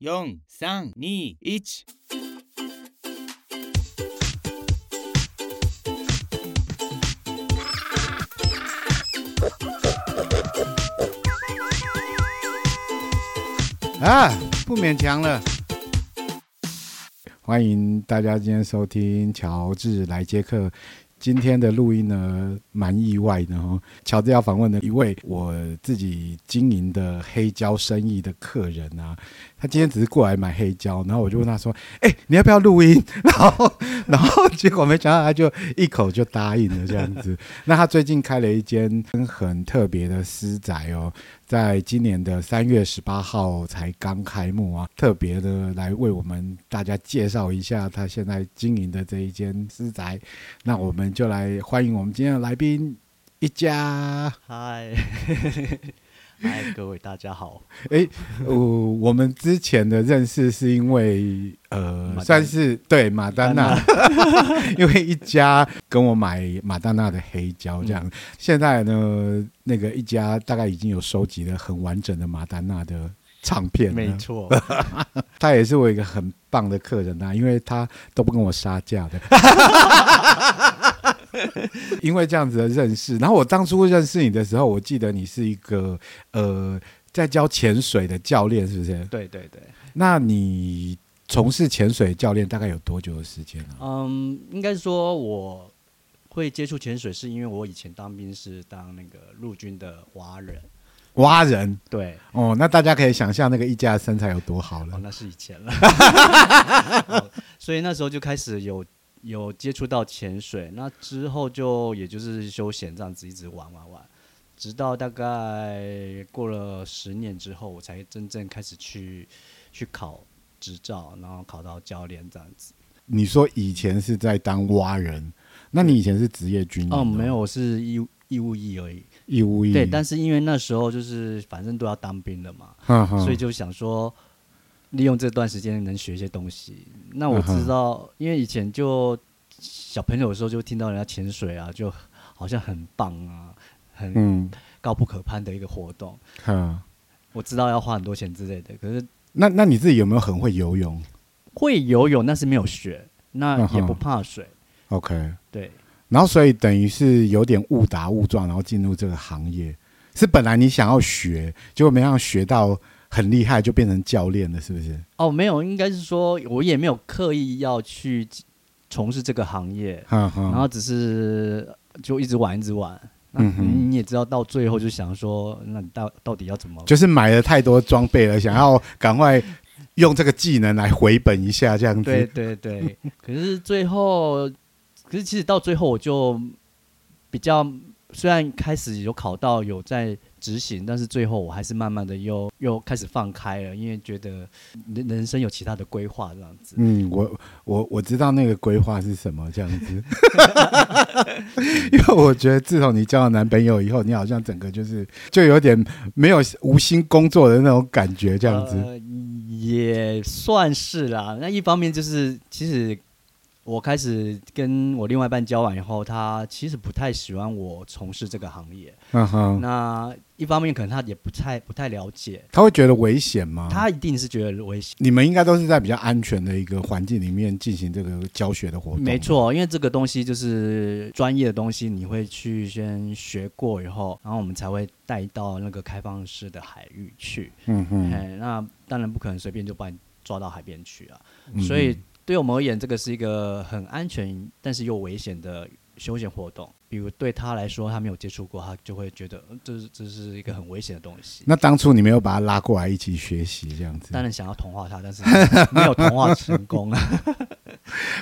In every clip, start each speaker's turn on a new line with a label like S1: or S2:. S1: 四、三、二、一。
S2: 啊，不勉强了。欢迎大家今天收听乔治来接客。今天的录音呢，蛮意外的哦。乔治要访问的一位我自己经营的黑胶生意的客人啊，他今天只是过来买黑胶，然后我就问他说：“哎、你要不要录音？”然后， 然后结果没想到他就一口就答应了这样子。那他最近开了一间很特别的私宅哦，在今年的三月十八号才刚开幕啊，特别的来为我们大家介绍一下他现在经营的这一间私宅。那我们就来欢迎我们今天的来宾一 家。
S3: 嗨， 嗨，各位大家好，
S2: 呃，我们之前的认识是因为呃
S3: 马，丹
S2: 算是对马丹娜， 因为一家跟我买马丹娜的黑胶这样。现在呢，那个一家大概已经有收集了很完整的马丹娜的唱片了，
S3: 没错，
S2: 他也是我一个很棒的客人呐、因为他都不跟我杀价的。 因为这样子的认识，然后我当初认识你的时候，我记得你是一个呃在教潜水的教练，是不是？
S3: 对对对，
S2: 那你从事潜水教练大概有多久的时间啊呢、
S3: 嗯，应该说我会接触潜水，是因为我以前当兵是当那个陆军的蛙人，
S2: 蛙人
S3: 对，
S2: 哦，那大家可以想象那个一家的身材有多好
S3: 哦
S2: 了，。
S3: 那是以前了，哦所以那时候就开始有有接触到潜水，那之后就也就是休闲这样子一直玩玩玩，直到大概过了十年之后，我才真正开始去去考执照，然后考到教练这样子。
S2: 你说以前是在当蛙人，那你以前是职业军人
S3: 哦，
S2: 吗
S3: 没有，我是义务义务役而已。
S2: 义务役，
S3: 对，但是因为那时候就是反正都要当兵了嘛，
S2: 哼哼
S3: 所以就想说，利用这段时间能学一些东西。那我
S2: 嗯哼
S3: 知道，因为以前就小朋友的时候就听到人家潜水啊，就好像很棒啊，很
S2: 嗯，
S3: 高不可攀的一个活动。
S2: 哼。
S3: 我知道要花很多钱之类的，可是
S2: 那那你自己有没有很会游泳
S3: 会游泳，但是没有学，那也不
S2: 嗯哼
S3: 怕水。
S2: ？OK，
S3: 对，
S2: 然后所以等于是有点误打误撞，然后进入这个行业，是本来你想要学，结果没让学到很厉害，就变成教练了，是不是？
S3: 哦，没有，应该是说我也没有刻意要去从事这个行业，
S2: 哈哈。
S3: 然后只是就一直玩，一直玩。那
S2: 嗯哼
S3: 你也知道，到最后就想说，那你到到底要怎么？
S2: 就是买了太多装备了，想要赶快用这个技能来回本一下，这样
S3: 对
S2: 子。
S3: 对对。 可是最后，可是其实到最后，我就比较虽然开始有考到有在执行，但是最后我还是慢慢的又又开始放开了，因为觉得人人生有其他的规划这样子。
S2: 嗯，我我我知道那个规划是什么，这样 子。因为我觉得自从你交了男朋友以后，你好像整个就是就有点没有无心工作的那种感觉，这样子。
S3: 呃也算是啦。那一方面就是，其实我开始跟我另外一半交往以后，他其实不太喜欢我从事这个行业。
S2: 嗯哼，
S3: 呃那一方面可能他也不太不太了解，
S2: 他会觉得危险吗？
S3: 他一定是觉得危险。
S2: 你们应该都是在比较安全的一个环境里面进行这个教学的活动。
S3: 没，错，因为这个东西就是专业的东西，你会去先学过以后，然后我们才会带到那个开放式的海域去。
S2: 嗯哼，
S3: 哎，那当然不可能随便就把你抓到海边去啊。
S2: 嗯
S3: 所以对我们而言，这个是一个很安全但是又危险的休闲活动。比如对他来说，他没有接触过，他就会觉得呃这是这是一个很危险的东西。
S2: 那当初你没有把他拉过来一起学习这样子，
S3: 当然想要同化他，但是没有同化成功啊！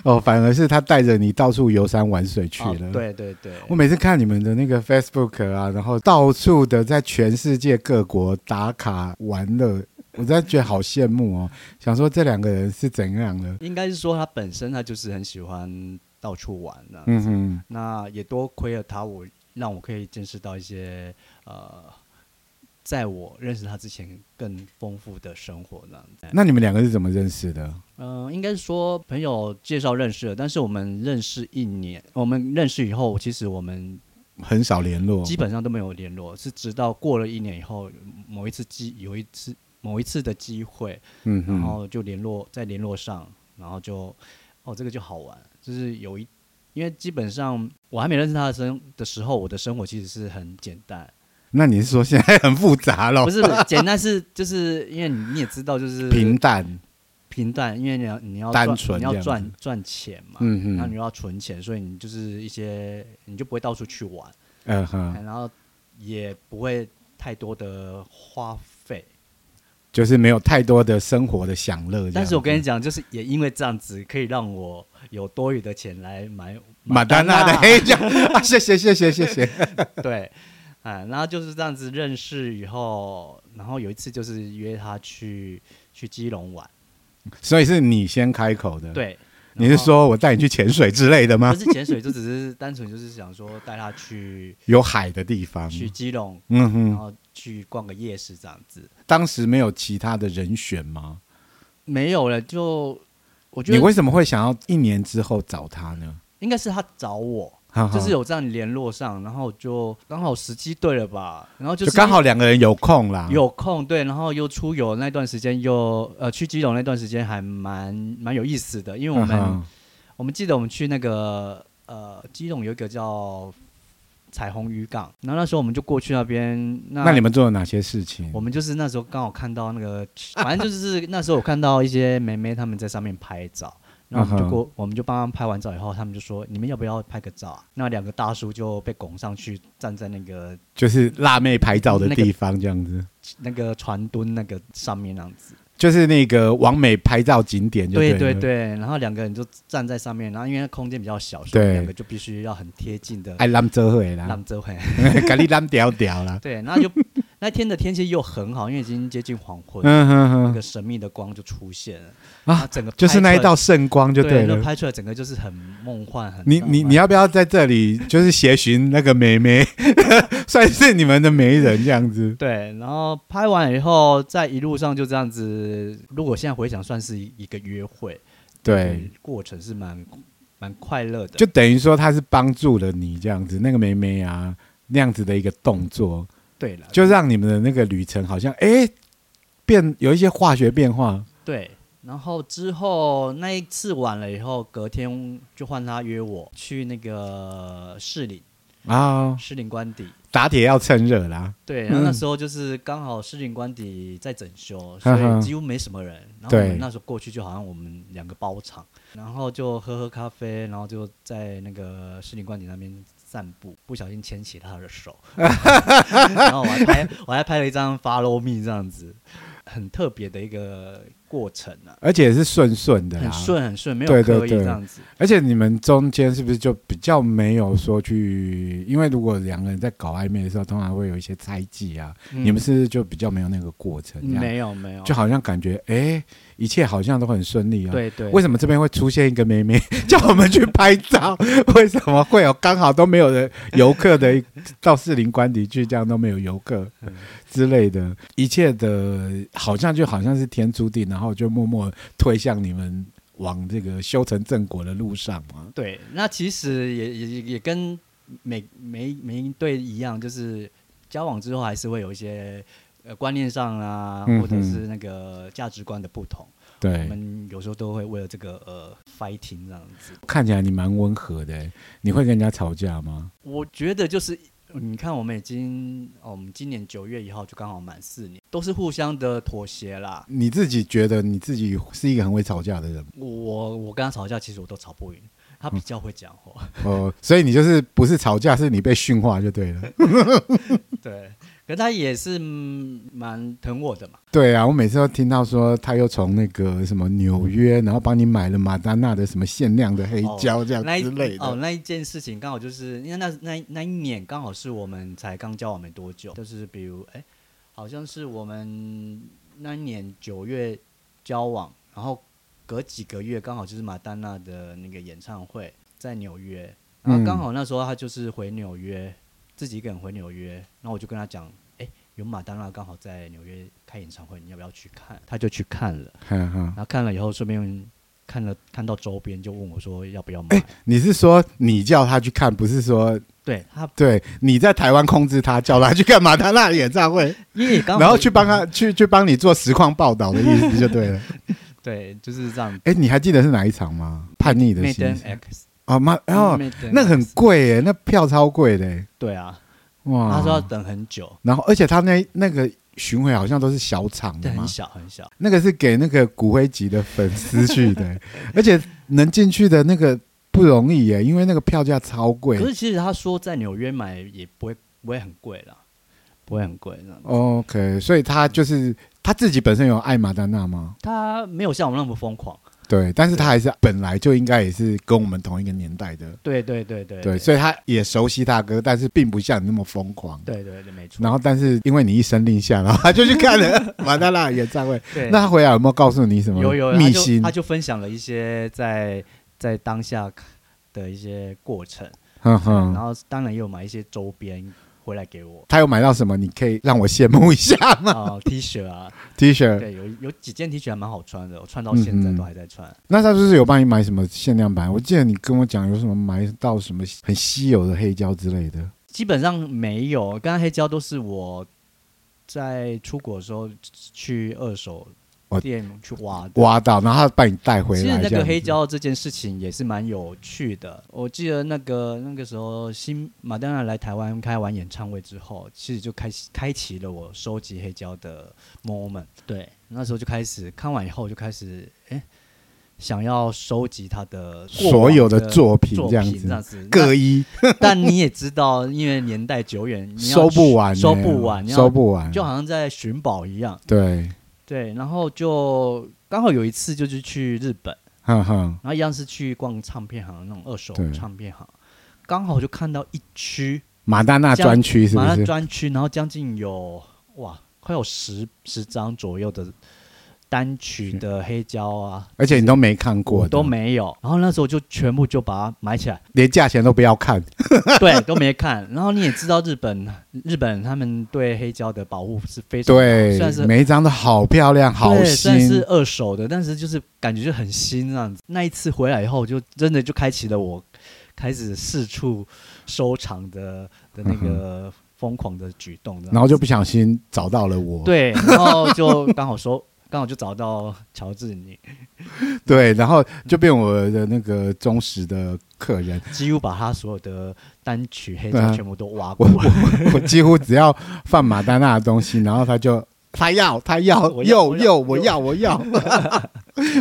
S2: 哦，反而是他带着你到处游山玩 水去
S3: 哦
S2: 了。。
S3: 对对对，
S2: 我每次看你们的那个 Facebook 啊，然后到处的在全世界各国打卡玩乐，我真的觉得好羡慕哦。想说这两个人是怎样的？
S3: 应该是说他本身他就是很喜欢到处玩的、
S2: 嗯哼，
S3: 那也多亏了他我，让我可以见识到一些呃，在我认识他之前更丰富的生活这样子。
S2: 那你们两个是怎么认识的？
S3: 嗯、应该是说朋友介绍认识的，但是我们认识一年，我们认识以后，其实我们
S2: 很少联络。
S3: 基本上都没有联络，是直到过了一年以后，某一次机有一次某一次的机会，
S2: 嗯哼，
S3: 然后就联络再联络上，然后就哦这个就好玩，就是有一因为基本上我还没认识他的生的时候，我的生活其实是很简单，
S2: 那你是说现在很复杂咯？
S3: 不是简单是就是因为你你也知道就是
S2: 平淡，
S3: 平淡，因为你要你要赚
S2: 单纯
S3: 你要
S2: 这样子
S3: 赚赚钱嘛，
S2: 嗯哼
S3: 然后你又要存钱，所以你就是一些你就不会到处去玩，
S2: 嗯哼，
S3: 然后也不会太多的花费。
S2: 就是没有太多的生活的享乐这样子。嗯
S3: 但是我跟你讲，就是也因为这样子，可以让我有多余的钱来买
S2: 马丹娜的黑胶，啊谢谢谢谢谢谢。
S3: 对，啊，然后就是这样子认识以后，然后有一次就是约他去去基隆玩，
S2: 所以是你先开口的，，
S3: 对，
S2: 嗯你是
S3: 然后
S2: 说我带你去潜水之类的吗
S3: 不？是潜水，就只是单纯就是想说带他去
S2: 有海的地方，
S3: 去基隆，
S2: 嗯
S3: 然
S2: 哼，
S3: 后去逛个夜市这样子，
S2: 当时没有其他的人选吗？
S3: 没有了就我觉
S2: 你为
S3: 得
S2: 什么会想要一年之后找他呢？
S3: 应该是他找我。
S2: 哈哈
S3: 就是有这样联络上，然后就刚好时机对了吧，然后就
S2: 就是刚好两个人有空啦，
S3: 有空对，然后又出游那段时间又呃去基隆那段时间还蛮蛮有意思的，因为我们、
S2: 嗯哼
S3: 我们记得我们去那个呃基隆有一个叫彩虹渔港，然后那时候我们就过去那边，那
S2: 那你们做了哪些事情
S3: 我？们就是那时候刚好看到那个，反正就是那时候我看到一些妹妹她们在上面拍照，然后我
S2: 嗯
S3: 们就过，我们就帮她们拍完照以后，她们就说你们要不要拍个照啊？那两个大叔就被拱上去，站在那个
S2: 就是辣妹拍照的地方，这样子，
S3: 那个船墩那个上面那样子。
S2: 就是那个完美拍照景点就
S3: 对
S2: 了
S3: 对对，然后两个人就站在上面，然后因为空间比较小，所以
S2: 对哎
S3: 两个就必须要很贴近的
S2: 爱浪遮会啦
S3: 让，这会。
S2: 咖喱浪屌屌啦，
S3: 对，然后就那天的天气又很好，因为已经接近黄昏。
S2: 嗯哼
S3: 那
S2: 哼，
S3: 个神秘的光就出现了
S2: 啊
S3: 然后整个
S2: 就是那一
S3: 拍出来
S2: 道圣光就
S3: 对，
S2: 了
S3: 那。拍出来整个就是很梦幻，很
S2: 你
S3: 浪
S2: 你
S3: 漫
S2: 你要不要在这里就是协寻那个梅梅， 算是你们的媒人这样子？
S3: 对，然后拍完以后，在一路上就这样子。如果现在回想，算是一个约会，
S2: 对，，
S3: 过程是蛮蛮快乐的。
S2: 就等于说他是帮助了你这样子，那个梅梅啊那样子的一个动作，
S3: 对了，
S2: 就让你们的那个旅程好像哎、变有一些化学变化。
S3: 对。然后之后那一次完了以后，隔天就换他约我去那个士林
S2: 啊，
S3: 士林官邸。
S2: 打铁要趁热啦，
S3: 对，然后那
S2: 嗯
S3: 时候就是刚好士林官邸在整修，所
S2: 哈哈
S3: 以几乎没什么人。然后我
S2: 对
S3: 们那时候过去就好像我们两个包场，然后就喝喝咖啡，然后就在那个士林官邸那边散步，不小心牵起他的 手，然后我还拍我还拍了一张 follow me 这样子，很特别的一个过程啊，
S2: 而且是顺顺的啦，
S3: 很。顺很顺，没
S2: 对
S3: 有
S2: 对
S3: 刻意
S2: 对
S3: 这样子。
S2: 而且你们中间是不是就比较没有说去？因为如果两个人在搞暧昧的时候，通常会有一些猜忌啊。你们
S3: 嗯
S2: 是不是就比较没有那个过程？这样
S3: 没有没有，
S2: 就好像感觉哎、诶一切好像都很顺利啊。，
S3: 对对，
S2: 为什么这边会出现一个妹 妹叫我们去拍照？为什么会有刚好都没有人游客的一到士林官邸去，这样都没有游客
S3: 嗯
S2: 之类的？一切的好像就好像是天注定，然后就默默推向你们往这个修成正果的路上嘛。
S3: 对，那其实也也也跟每每每一对一样，就是交往之后还是会有一些呃观念上啊，
S2: 嗯哼
S3: 或者是那个价值观的不同，我
S2: 对，
S3: 们有时候都会为了这个呃 fighting 这样子。
S2: 看起来你蛮温和的、你会跟人家吵架吗？
S3: 我觉得就是呃你看，我们已经、哦我们今年九月一号就刚好满四年，都是互相的妥协啦。
S2: 你自己觉得你自己是一个很会吵架的人吗
S3: 我我跟他吵架，其实我都吵不赢，他比较会讲话。
S2: 哦，所以你就是不是吵架，是你被驯化就对了。
S3: 对，可他也是嗯蛮疼我的嘛。
S2: 对啊，我每次都听到说他又从那个什么纽约，然后帮你买了马丹娜的什么限量的黑胶这样
S3: 那一
S2: 啊之类的。
S3: 哦，那一件事情刚好就是因为那那那一年刚好是我们才刚交往没多久，就是比如哎、好像是我们那一年九月交往，然后隔几个月刚好就是马丹娜的那个演唱会在纽约，然后刚
S2: 嗯
S3: 好那时候他就是回纽约，自己一个人回纽约，然后我就跟他讲，哎、有马丹娜刚好在纽约开演唱会，你要不要去看？他就去看了。
S2: 哈哈，
S3: 然后看了以后，顺便看了看到周边就问我说要不要买，
S2: 你是说你叫他去看，不是说
S3: 对他
S2: 对你在台湾控制他，叫他去干嘛？他那演唱会，
S3: 因为刚好
S2: 然后去帮他去去帮你做实况报道的意思就对 了。
S3: 对就是这样。
S2: 哎，你还记得是哪一场吗？叛逆的
S3: m a d e
S2: 心
S3: n X，
S2: 啊妈，哦，
S3: Madden
S2: 那很
S3: X
S2: 贵耶，那票超贵的耶，
S3: 对啊，
S2: 哇！
S3: 他说要等很久，
S2: 然后而且他那那个巡回好像都是小场
S3: 对，
S2: 的嘛
S3: 很，小很小，
S2: 那个是给那个骨灰级的粉丝去的， 而且能进去的那个不容易耶，因为那个票价超贵
S3: 可是其实他说在纽约买也不会不会很贵啦，不会很贵这
S2: 哦
S3: 样。
S2: OK，所以他就是他自己本身有爱马丹娜吗？
S3: 他没有像我们那么疯狂，
S2: 对，但是他还是本来就应该也是跟我们同一个年代的，
S3: 对对对对
S2: 对，所以他也熟悉大哥，但是并不像你那么疯狂。
S3: 对对对，没错。
S2: 然后，但是因为你一声令下，然后他就去看了 马丹娜演唱会。
S3: 对
S2: 那他回来有没有告诉你什么
S3: 有有有，
S2: 秘
S3: 他就
S2: 辛
S3: 他？就分享了一些在在当下的一些过程，
S2: 哼
S3: 然
S2: 哼，，
S3: 后当然也有买一些周边回来给我
S2: 他有买到什么？你可以让我羡慕一下吗
S3: 啊、t 恤啊，
S2: ？T 恤，
S3: 对，有有几件 T 恤还蛮好穿的，我穿到现在
S2: 嗯嗯
S3: 都还在穿。
S2: 那他就是有帮你买什么限量版？我记得你跟我讲有什么买到什么很稀有的黑胶之类的。
S3: 基本上没有，刚刚黑胶都是我在出国的时候去二手
S2: 哦
S3: 店去挖的。
S2: 挖到，然后他把你带回
S3: 其
S2: 来
S3: 实。
S2: 这
S3: 那
S2: 样
S3: 个
S2: 子
S3: 黑胶这件事情也是蛮有趣的。我记得那个那个时候，新马丹娜来台湾开完演唱会之后，其实就开始开启了我收集黑胶的 moment。对，那时候就开始看完以后就开始哎、诶想要收集他的过往
S2: 所有的
S3: 的
S2: 作品
S3: 作
S2: 这样
S3: 品
S2: 子
S3: 这样子
S2: 各一
S3: 那但你也知道，因为年代 久远，你
S2: 收
S3: 要
S2: 不完欸，
S3: 收不完，你要
S2: 收不完，
S3: 就好像在寻宝一样。
S2: 对，
S3: 对，然后就刚好有一次就是去日本。
S2: 哼哼，
S3: 然后一样是去逛唱片行那种二手
S2: 对
S3: 唱片行，刚好就看到一区
S2: 马丹娜专区是不
S3: 马上
S2: 是？
S3: 专区，然后将近有哇，快有十十张左右的单曲的黑胶啊，
S2: 而且你都没看过
S3: 我
S2: 的，
S3: 都没有。然后那时候就全部就把它买起来，
S2: 连价钱都不要看，
S3: 对，都没看。然后你也知道日本日本他们对黑胶的保护是非常好
S2: 对
S3: 虽然是，
S2: 每一张都好漂亮，好
S3: 对，虽然是
S2: 新。
S3: 二手的，但是就是感觉就很新这样子。那一次回来以后，就真的就开启了我开始四处收藏的的那个疯狂的举动这样子，
S2: 嗯然后就不小心找到了我，
S3: 对，然后就刚好说，刚好就找到乔治你，
S2: 对，然后就变我的那个忠实的客人。
S3: 几乎把他所有的单曲黑
S2: 对啊
S3: 胶全部都挖
S2: 我
S3: 过。
S2: 我我几乎只要放马丹娜的东西，然后他就 他要他要
S3: 我
S2: 又
S3: 要我要
S2: 又我要我要，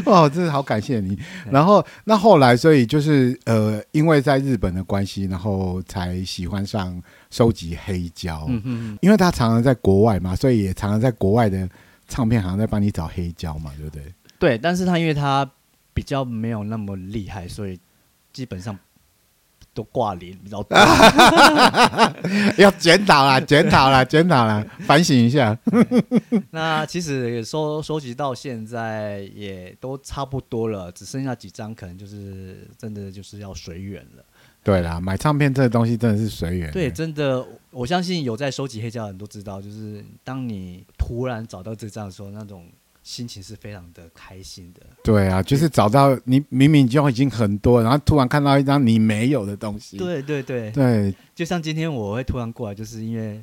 S2: 哦，真的好感谢你。
S3: 嗯
S2: 然后那后来，所以就是呃，因为在日本的关系，然后才喜欢上收集黑胶，
S3: 嗯嗯，
S2: 因为他常常在国外嘛，所以也常常在国外的唱片行在帮你找黑胶嘛，对不对？
S3: 对，但是他因为他比较没有那么厉害，所以基本上都挂零比较 多。
S2: 要检讨啦，检讨啦，检讨啦，反省一下。
S3: 那其实收收集到现在也都差不多了，只剩下几张，可能就是真的就是要随缘了。
S2: 对啦，买唱片这个东西真的是随缘的。欸
S3: 对，真的，我相信有在收集黑胶的人都知道，就是当你突然找到这张的时候，那种心情是非常的开心的。
S2: 对啊，就是找到你明明就已经很多，然后突然看到一张你没有的东西。
S3: 对对对，
S2: 对
S3: 就像今天我会突然过来，就是因为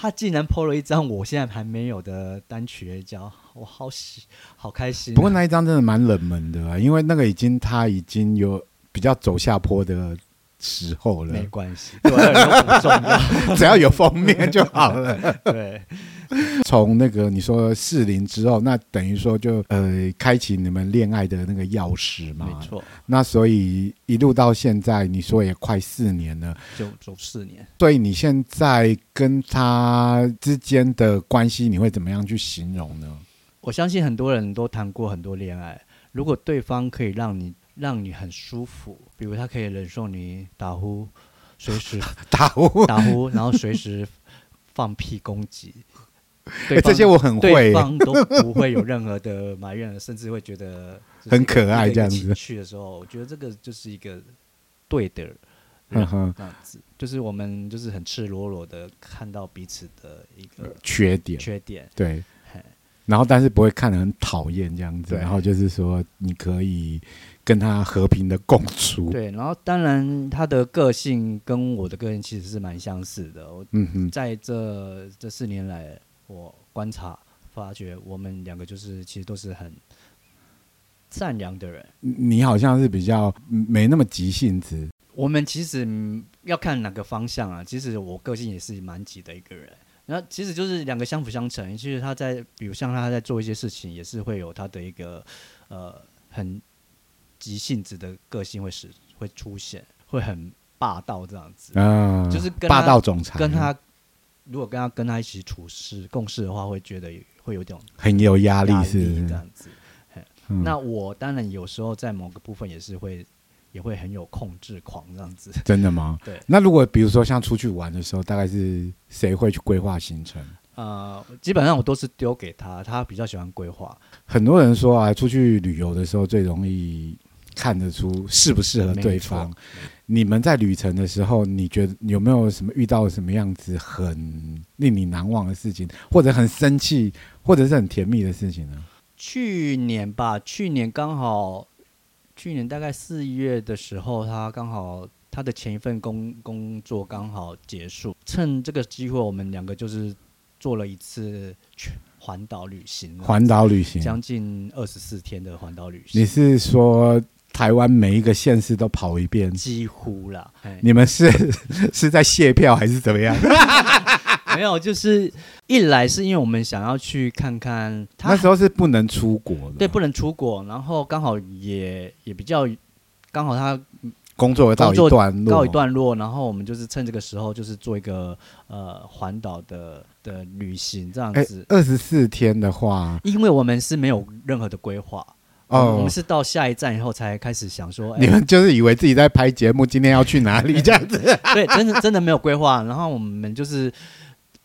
S3: 他竟然 PO 了一张我现在还没有的单曲黑胶，我好喜好开心啊、
S2: 不过那一张真的蛮冷门的、啊，因为那个已经它已经有比较走下坡的时候了
S3: 没，关系，对我来说不重 要。
S2: 只要有封面就好了。
S3: 对。
S2: 从那个你说适龄之后，那等于说就呃开启你们恋爱的那个钥匙嘛。
S3: 没。错，
S2: 那所以一路到现在，你说也快四年了，
S3: 九九四年。
S2: 所以你现在跟他之间的关系，你会怎么样去形容呢？
S3: 我相信很多人都谈过很多恋爱，如果对方可以让你让你很舒服，比如他可以忍受你打呼，随时
S2: 打呼，
S3: 打呼，然后随时放屁攻击， 对
S2: 欸
S3: 方
S2: 这些我很
S3: 对
S2: 会、
S3: 方都不会有任何的埋怨，甚至会 觉得这是
S2: 很
S3: 一个
S2: 可爱
S3: 一个
S2: 这样
S3: 情
S2: 子
S3: 趣的时候，我觉得这个就是一个对的
S2: 呵呵
S3: 那样子，就是我们就是很赤裸裸的看到彼此的一个
S2: 缺点，
S3: 缺点，
S2: 对
S3: 嘿。
S2: 然后但是不会看得很讨厌这样子，
S3: 对
S2: 然后就是说你可以跟他和平的共处，
S3: 对，然后当然他的个性跟我的个性其实是蛮相似的。我
S2: 嗯哼，
S3: 在这这四年来，我观察发觉，我们两个就是其实都是很善良的人。
S2: 你好像是比较没那么急性子，
S3: 我们其实嗯要看哪个方向啊。其实我个性也是蛮急的一个人，然后其实就是两个相辅相成。其实他在，比如像他在做一些事情，也是会有他的一个呃很急性子的个性会使会出现，会很霸道这样子。
S2: 啊、
S3: 就是跟他
S2: 霸道总裁，
S3: 跟他如果跟他跟他一起处事共事的话，会觉得有会有一种
S2: 很有压
S3: 压
S2: 力，是不
S3: 这
S2: 是？
S3: 样子。
S2: 嗯
S3: 那我当然有时候在某个部分也是会也会很有控制狂这样子。
S2: 真的吗？
S3: 对
S2: 那如果比如说像出去玩的时候，大概是谁会去规划行程？
S3: 呃，基本上我都是丢给他，他比较喜欢规划，
S2: 很多人说啊，出去旅游的时候最容易看得出适不适合对方
S3: 没。
S2: 你们在旅程的时候，你觉得有没有什么遇到什么样子很令你难忘的事情，或者很生气，或者是很甜蜜的事情呢？
S3: 去年吧，去年刚好，去年大概四月的时候，他刚好他的前一份工工作刚好结束，趁这个机会，我们两个就是做了一次全环岛旅行，啊
S2: 环岛旅行，
S3: 将近二十四天的环岛旅
S2: 你
S3: 行，
S2: 是说台湾每一个县市都跑一遍？
S3: 几乎啦，哎
S2: 你们是 是在卸票还是怎 么样？
S3: 没有，就是一来是因为我们想要去看看他
S2: 那时候是不能出国的，
S3: 对，不能出国，然后刚好也也比较，刚好他
S2: 工作到一段落，
S3: 告一段落，然后我们就是趁这个时候就是做一个呃环岛的的旅行这样
S2: 哎
S3: 子，，
S2: 二十四天的话，
S3: 因为我们是没有任何的规划，我
S2: 哦
S3: 们，是到下一站以后才开始 想说，哎、
S2: 你们就是以为自己在拍节目，今天要去哪里这样 子，
S3: 对，真的真的没有规划，然后我们就是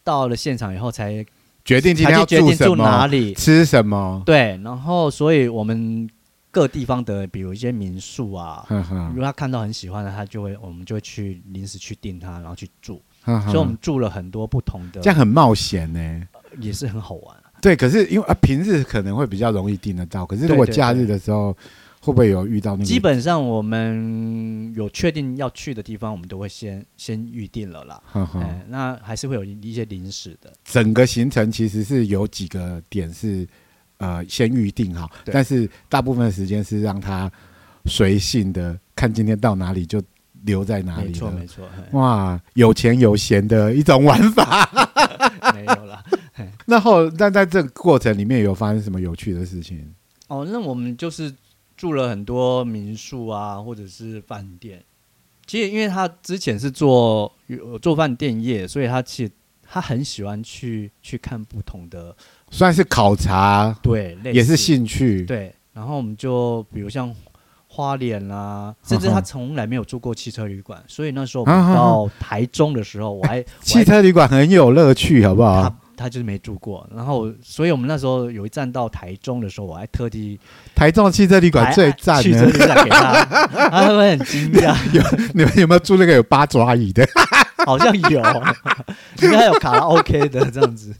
S3: 到了现场以后才
S2: 决定今
S3: 才
S2: 天要
S3: 去决定
S2: 什
S3: 住哪
S2: 么，
S3: 里，
S2: 吃什么，
S3: 对，然后所以我们各地方的，比如一些民宿啊，
S2: 哼
S3: 如
S2: 哼
S3: 果他看到很喜欢的，他就会我们就会去临时去订它，然后去住。
S2: 哼
S3: 所以我们
S2: 哼，
S3: 住了很多不同的，
S2: 嗯这样很冒险呢。
S3: 也是很好玩啊。
S2: 对，可是因为啊，平日可能会比较容易订得到，可是如果
S3: 对对
S2: 假日的时候，会不会有遇到那个？
S3: 基本上我们有确定要去的地方，我们都会先先预定了啦。
S2: 哼哼，
S3: 哎，那还是会有一些临时的，
S2: 整个行程其实是有几个点是呃先预定好，
S3: 对
S2: 但是大部分的时间是让他随性的看今天到哪里就留在哪里了。
S3: 没错没错，哎
S2: 哇，有钱有闲的一种玩法。
S3: 哎 没有啦。
S2: 那后，那在这个过程里面有发生什么有趣的事情？
S3: 哦，那我们就是住了很多民宿啊，或者是饭店。其实，因为他之前是做有做饭店业，所以他其实他很喜欢去去看不同的
S2: 算是考察，
S3: 对，类
S2: 也是
S3: 似
S2: 兴趣。，
S3: 对。然后我们就比如像花莲啦、甚至
S2: 嗯哼
S3: 他从来没有住过汽车旅馆，所以那时候我
S2: 啊哈哈
S3: 们到台中的时候，我还我还
S2: 汽车旅啊馆很有乐趣，好不好
S3: 他？他就是没住过。然后，所以我们那时候有一站到台中的时候，我还特地
S2: 台中的汽车旅馆最赞
S3: 去这
S2: 了
S3: 里。给他，他会很惊讶，
S2: 有 你们有没有住那个有八爪椅的？
S3: 好像有， 应该有卡拉 OK 的这样子，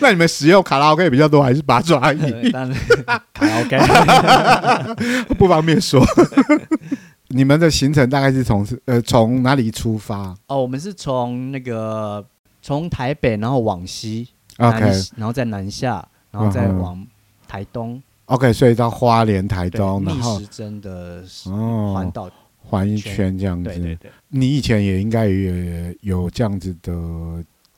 S2: 那你们使用卡拉 OK 比较多，还是八爪椅？
S3: 当然 卡拉 OK
S2: 不方便说。 你们的行程大概是从呃从哪里出发
S3: 哦，我们是从那个从台北，然后往西
S2: ？OK
S3: 南然后再南下，然后再往台东，
S2: OK，所以到花莲、台
S3: 对，
S2: 中，然
S3: 逆
S2: 后
S3: 时针的环
S2: 哦
S3: 岛，
S2: 环一圈这样子。
S3: 对对对，
S2: 你以前也应该也有这样子的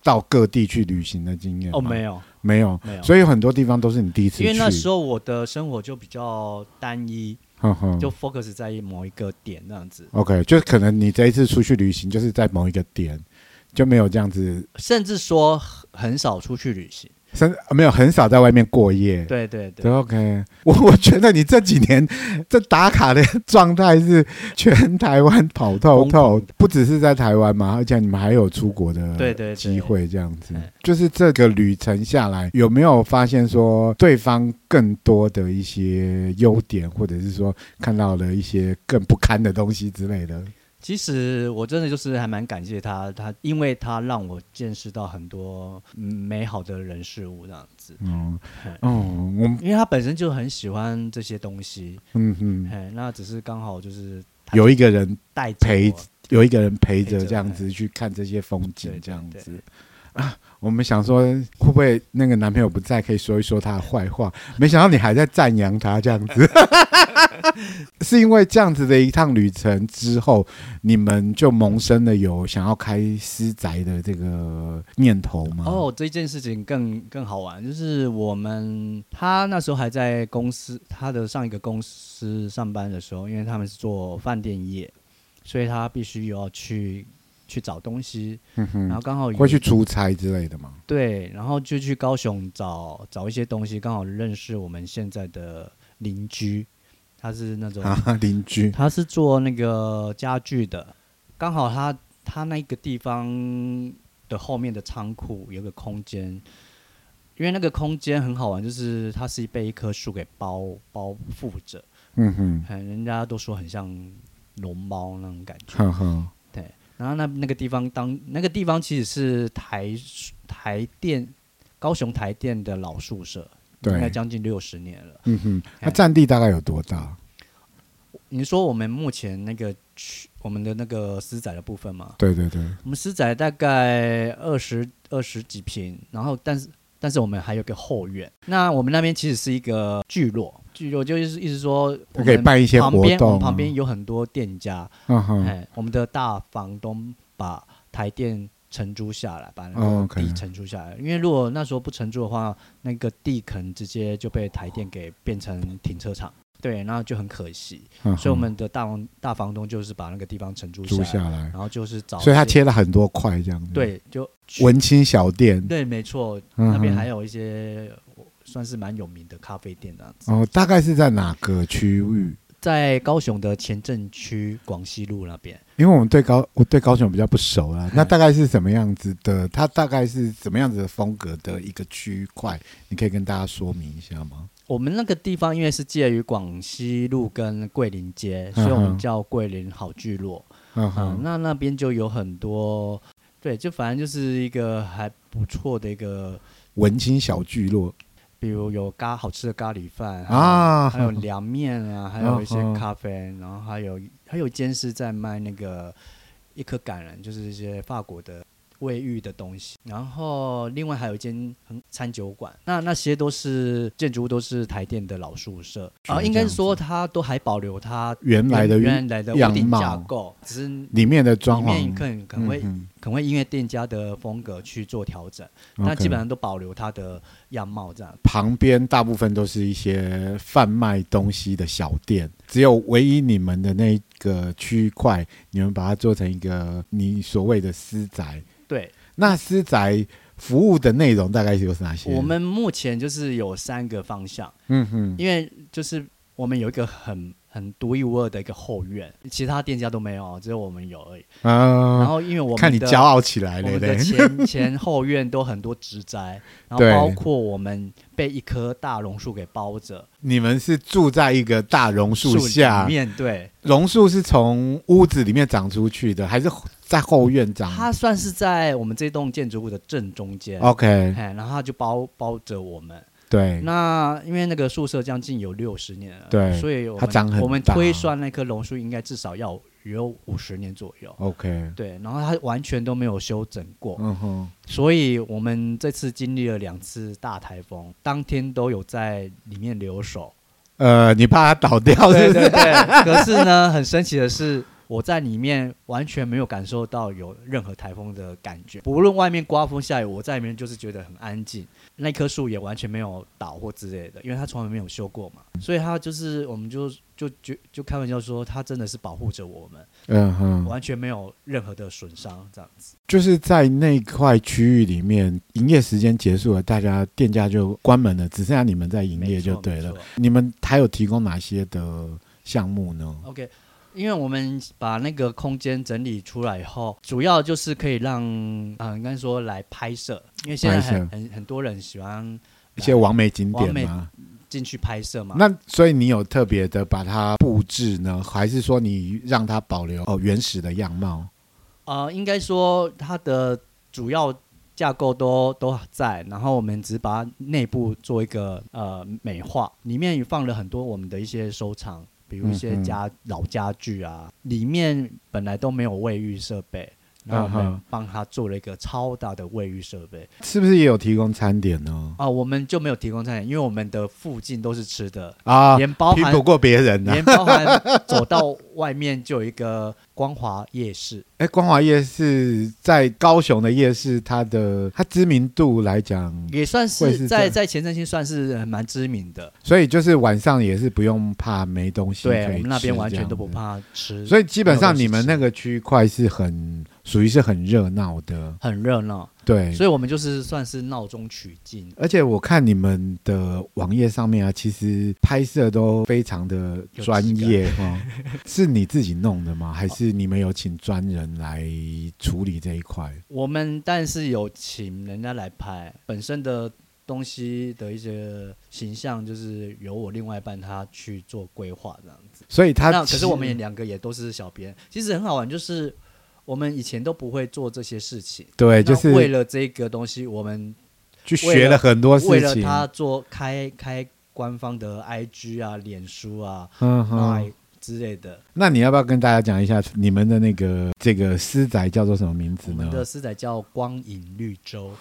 S2: 到各地去旅行的经验吗
S3: 哦，没有
S2: 没有，
S3: 没有，
S2: 所以很多地方都是你第一次去。
S3: 因为那时候我的生活就比较单一，
S2: 哼哼
S3: 就 focus 在某一个点那样子，
S2: OK，就可能你这一次出去旅行就是在某一个点，就没有这样子，
S3: 甚至说很很少出去旅行，
S2: 甚没有很少在外面过夜。
S3: 对对对
S2: 对。OK，我 我觉得你这几年这打卡的状态是全台湾跑透
S3: 疯
S2: 透
S3: 狂，
S2: 不只是在台湾嘛，而且你们还有出国
S3: 对
S2: 的
S3: 对对
S2: 机会，这样子
S3: 哎。
S2: 就是这个旅程下来，有没有发现说对方更多的一些优点，或者是说看到了一些更不堪的东西之类的？
S3: 其实我真的就是还蛮感谢他，他因为他让我见识到很多嗯美好的人事物这样子，
S2: 嗯
S3: 哎
S2: 嗯，我们
S3: 因为他本身就很喜欢这些东西，
S2: 嗯嗯，
S3: 哎，那只是刚好就是他
S2: 有一个人
S3: 带着
S2: 陪
S3: 我
S2: 有一个人陪着
S3: 陪着
S2: 这样子
S3: 哎
S2: 去看这些风景
S3: 对，
S2: 这样
S3: 对
S2: 子啊。我们想说，会不会那个男朋友不在，可以说一说他的坏话？没想到你还在赞扬他这样 子，是因为这样子的一趟旅程之后，你们就萌生了有想要开私宅的这个念头吗？
S3: 哦，这件事情更更好玩，就是我们他那时候还在公司，他的上一个公司上班的时候，因为他们是做饭店业，所以他必须要去去找东西，
S2: 嗯
S3: 然后
S2: 哼，
S3: 刚好有
S2: 会去出差之类的吗？
S3: 对，然后就去高雄找找一些东西，刚好认识我们现在的邻居，他是那种、
S2: 啊，邻居，
S3: 他是做那个家具的，刚好他他那个地方的后面的仓库有个空间，因为那个空间很好玩，就是它是被一棵树给包包覆着，
S2: 嗯哼，
S3: 很人家都说很像龙猫那种感觉。
S2: 呵呵，
S3: 对，然后那那个地方当那个地方其实是台台电高雄台电的老宿舍，应该哎
S2: 对，
S3: 将近六十年了。
S2: 嗯哼，那占地大概有多大？
S3: 你说我们目前那个区，我们的那个私宅的部分吗？
S2: 对对对，
S3: 我们私宅大概二十二十几平，然后但是但是我们还有个后院。那我们那边其实是一个聚落，聚落就是意思说我
S2: 就可以
S3: 们
S2: 办一些
S3: 旁
S2: 活
S3: 边我
S2: 动
S3: 们
S2: 啊。
S3: 旁边有很多店家，
S2: 嗯哼，
S3: 哎，我们的大房东把台电承租下来，把
S2: 哦
S3: 那个
S2: ，OK
S3: 地承租下来。因为如果那时候不承租的话，那个地可能直接就被台电给变成停车场，对，然后就很可惜。
S2: 嗯
S3: 所以我
S2: 哼
S3: 们的大房大房东就是把那个地方承租下
S2: 租
S3: 来，
S2: 下来，
S3: 然后就是找一些，
S2: 所以他切了很多块这样子。，
S3: 对就
S2: 文青小店。
S3: 对，没错，
S2: 嗯哼
S3: 那边还有一些呃算是蛮有名的咖啡店这样子，
S2: 哦，大概是在哪个区域？
S3: 在高雄的前镇区广西路那边。
S2: 因为我们对高我对高雄比较不熟啦，那大概是什么样子的？它大概是什么样子的风格的一个区块？你可以跟大家说明一下吗？
S3: 我们那个地方因为是介于广西路跟桂林街，所以我
S2: 嗯哼
S3: 们叫桂林好聚落。
S2: 嗯
S3: 啊、
S2: 哼，
S3: 那那边就有很多，对，就反正就是一个还不错的一个，
S2: 文青小聚落
S3: 比如有咖好吃的咖喱饭还有
S2: 啊，
S3: 嗯还有凉面啊，还有一些
S2: 嗯哼
S3: 咖啡，然后还有还有一间是在卖那个一颗橄榄，就是一些法国的卫浴的东西。然后另外还有一间很餐酒馆，那那些都是建筑物都是台电的老宿舍啊，应该是说它都还保留它
S2: 原来的
S3: 原来的屋
S2: 样
S3: 顶
S2: 貌
S3: 架构，只是里
S2: 里面的装
S3: 面
S2: 潢
S3: 可能可能会、
S2: 嗯
S3: 可能会因为店家的风格去做调整，
S2: 哼
S3: 但基
S2: OK
S3: 本上都保留它的样貌这样。
S2: 旁边大部分都是一些贩卖东西的小店，只有唯一你们的那个区块，你们把它做成一个你所谓的私宅。
S3: 对，
S2: 那私宅服务的内容大概有哪些？
S3: 我们目前就是有三个方向。
S2: 嗯哼，
S3: 因为就是我们有一个很很独一无二的一个后院，其他店家都没有，只有我们有而已。
S2: 啊，
S3: 然后因为我们
S2: 看你
S3: 的
S2: 骄傲起来
S3: 我
S2: 了
S3: 们的
S2: 嘞，
S3: 前前后院都很多植栽， 然后
S2: 对
S3: 包括我们被一棵大榕树给包着，
S2: 你们是住在一个大榕树下
S3: 里，面对，
S2: 榕树是从屋子里面长出去的，还是在后院长
S3: 它算是在我们这栋建筑物的正中间。
S2: ？OK，
S3: 哎，然后它就包包着我们。
S2: 哦对，
S3: 那因为那个宿舍将近有六十年了，
S2: 对
S3: 所以我们
S2: 它长很
S3: 我们
S2: 大
S3: 推算那棵榕树应该至少要有五十年左右。
S2: OK，
S3: 对，然后它完全都没有修整过，
S2: 嗯哼，
S3: 所以我们这次经历了两次大台风，当天都有在里面 留守。
S2: 呃，你怕它倒掉是不是？
S3: 对对，可是呢，很神奇的是，我在里面完全没有感受到有任何台风的感觉，不论外面刮风下雨，我在里面就是觉得很安静。那棵树也完全没有倒或之类的，因为它从来没有修过嘛，所以它就是我们就就就就开玩笑说，它真的是保护着我们，
S2: 嗯哼，
S3: 完全没有任何的损伤这样子。
S2: 就是在那块区域里面，营业时间结束了，大家店家就关门了，只剩下你们在营业
S3: 没错
S2: 就对了
S3: 没。错
S2: 你们还有提供哪些的项目呢？
S3: OK，因为我们把那个空间整理出来以后，主要就是可以让啊，应该说来拍摄，因为现在
S2: 拍摄
S3: 很很很多人喜欢
S2: 一些完美景点
S3: 完美
S2: 吗？
S3: 进去拍摄嘛。
S2: 那所以你有特别的把它布置呢，还是说你让它保留哦原始的样貌？
S3: 呃，应该说它的主要架构都都在，然后我们只把它内部做一个呃美化，里面也放了很多我们的一些收藏，比如一些
S2: 嗯嗯
S3: 家、老家具啊，里面本来都没有卫浴设备。然后我
S2: 嗯
S3: 们
S2: 哼
S3: 帮他做了一个超大的卫浴设备
S2: 是不是也有提供餐点呢？
S3: 啊、我们就没有提供餐饮，因为我们的附近都是吃的，
S2: 啊，
S3: 连包
S2: 拼
S3: 含
S2: 不啊过别人呢、
S3: 连包含走到外面就有一个光华夜市，
S2: 哎，光华夜市在高雄的夜市，它的它知名度来讲，
S3: 也算
S2: 会
S3: 是
S2: 是
S3: 在
S2: 这
S3: 在前阵期算是呃蛮知名的。
S2: 所以就是晚上也是不用怕没东西可以
S3: 对
S2: 吃。
S3: 我们那边完全都不
S2: 这样
S3: 怕吃，
S2: 子。所以基本上你们那个区块是很属于是很热闹的，
S3: 很热闹，
S2: 对。
S3: 所以我们就是算是闹中取静。
S2: 而且我看你们的网页上面啊，其实拍摄都非常的专业哦。 是你自己弄的吗？还是你们有请专人来处理这一块？
S3: 我们但是有请人家来拍本身的东西的一些形象，就是由我另外一半他去做规划这样子。
S2: 所以他
S3: 那可
S2: 啊其实
S3: 是我们也两个也都是小编，其实很好玩，就是我们以前都不会做这些事情。
S2: 对，
S3: 那
S2: 哎就是
S3: 为了这个东西，我们
S2: 去学了很多事情。
S3: 为了他做开开官方的 IG 啊、脸书啊、
S2: 嗯哼
S3: Line 之类的。
S2: 那你要不要跟大家讲一下你们的那个这个私宅叫做什么名字
S3: 我
S2: 呢
S3: 们？的私宅叫光影绿洲，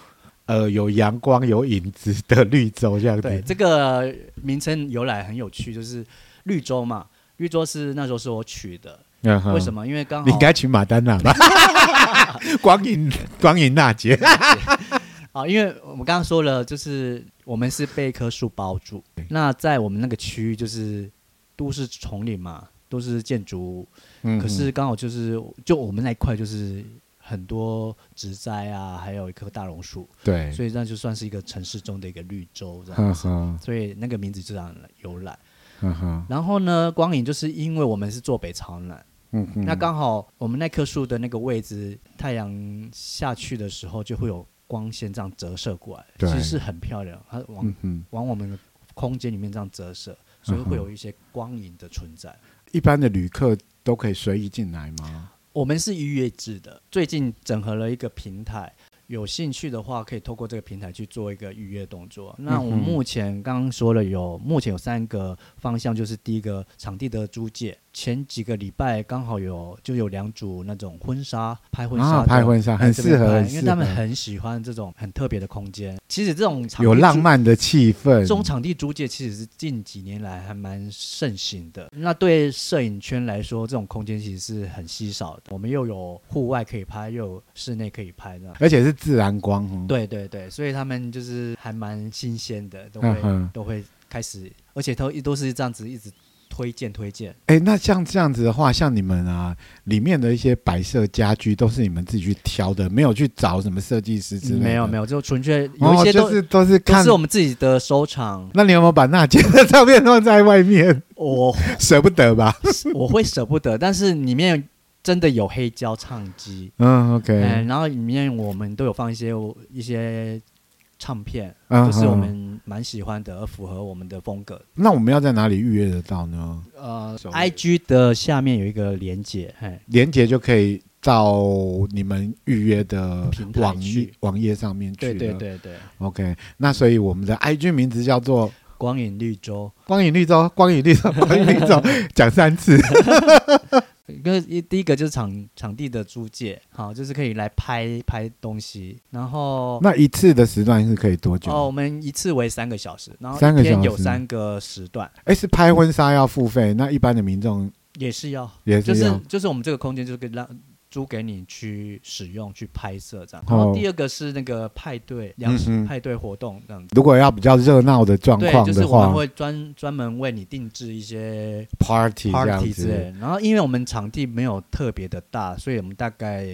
S2: 呃，有阳光、有影子的绿洲这样
S3: 对
S2: 子。
S3: 这个名称由来很有趣，就是绿洲嘛，绿洲是那时候是我取的，
S2: 嗯哼
S3: 为什？么？因为刚
S2: 你
S3: 好
S2: 应该取马丹娜 吧？光影光影娜姐。
S3: 啊，因为我们刚刚说了，就是我们是被一棵树包住，那在我们那个区域就是都市丛林嘛，都是建筑物，
S2: 嗯
S3: 可是刚好就是就我们那一块就是很多植栽啊，还有一棵大榕树，
S2: 对，嗯
S3: 所以那就算是一个城市中的一个绿洲这样
S2: 哼
S3: 子，
S2: 哼
S3: 所以那个名字就这样由来。
S2: 哼哼，
S3: 然后呢，光影就是因为我们是坐北朝南，
S2: 嗯哼
S3: 那刚好我们那棵树的那个位置，太阳下去的时候就会有光线这样折射过来，其
S2: 对
S3: 实是很漂亮，它往、
S2: 嗯哼，
S3: 往我们的空间里面这样折射，所以会有一些光影的存在。
S2: 一般的旅客都可以随意进来吗？
S3: 我们是预约制的，最近整合了一个平台。有兴趣的话，可以透过这个平台去做一个预约动作。那
S2: 嗯
S3: 我
S2: 哼
S3: 目前刚刚说了有，目前有三个方向，就是第一个场地的租借。前几个礼拜刚好有就有两组那种婚纱拍婚纱
S2: 啊，
S3: 的、
S2: 拍婚纱很
S3: 哎在这边
S2: 适合，
S3: 拍
S2: 很
S3: 因为
S2: 适
S3: 他们
S2: 合
S3: 很喜欢这种很特别的空间。其实这种场地
S2: 有
S3: 租
S2: 浪漫的气氛
S3: 这。种场地租借其实是近几年来还蛮盛行的。那对摄影圈来说，这种空间其实是很稀少的。我们又有户外可以拍，又有室内可以拍的。
S2: 而且是自然光，哦，
S3: 对对对，所以他们就是还蛮新鲜的，都会、
S2: 嗯哼
S3: 都会开始，而且都都是这样子一直推荐推荐。
S2: 哎，那像这样子的话，像你们啊，里面的一些摆设家具都是你们自己去挑的，没有去找什么设计师之类的。
S3: 没有没
S2: 有，
S3: 有，就纯粹有一些都、
S2: 就是都是
S3: 都
S2: 看
S3: 是我们自己的收藏。
S2: 那你有没有把娜姐的照片弄在外面？
S3: 我
S2: 舍不得吧？
S3: 我会舍不得，但是里面真的有黑胶唱机，
S2: 嗯
S3: 嗯，
S2: ，OK，
S3: 然后里面我们都有放一些一些唱片，
S2: 嗯
S3: 就是我
S2: 哼
S3: 们蛮喜欢的，而符合我们的风格。
S2: 那我们要在哪里预约得到呢？
S3: 呃
S2: 手
S3: ，I G 的下面有一个连接，嘿，
S2: 连接就可以到你们预约的
S3: 平台
S2: 网页
S3: 去
S2: 网页上面去
S3: 对
S2: 了。
S3: 对对对，
S2: OK，那所以我们的 IG 名字叫做
S3: 光影绿洲，
S2: “光影绿洲”，光影绿洲， 光影绿洲，讲三次。
S3: 跟一第一个就是场场地的租借，好，就是可以来拍拍东西，然后。
S2: 那一次的时段是可以多久？
S3: 哦哦，我们一次为三个小时，然后
S2: 三个
S3: 一天
S2: 小
S3: 有
S2: 时
S3: 三个时段，
S2: 哎、是拍婚纱要付费，那一般的民众
S3: 也是要
S2: 也
S3: 就是
S2: 要。
S3: 是就是我们这个空间就是给让租给你去使用去拍摄这样。
S2: 哦
S3: 然后第二个是那个派对两
S2: 嗯
S3: 性
S2: 哼
S3: 派对活动这样子。
S2: 如果要比较热闹的状
S3: 对，
S2: 况
S3: 就是
S2: 的
S3: 我
S2: 话、
S3: 们会专专门为你定制一些
S2: p a r t y 这样
S3: party 之
S2: 子，
S3: 类的。然后，因为我们场地没有特别的大，所以我们大概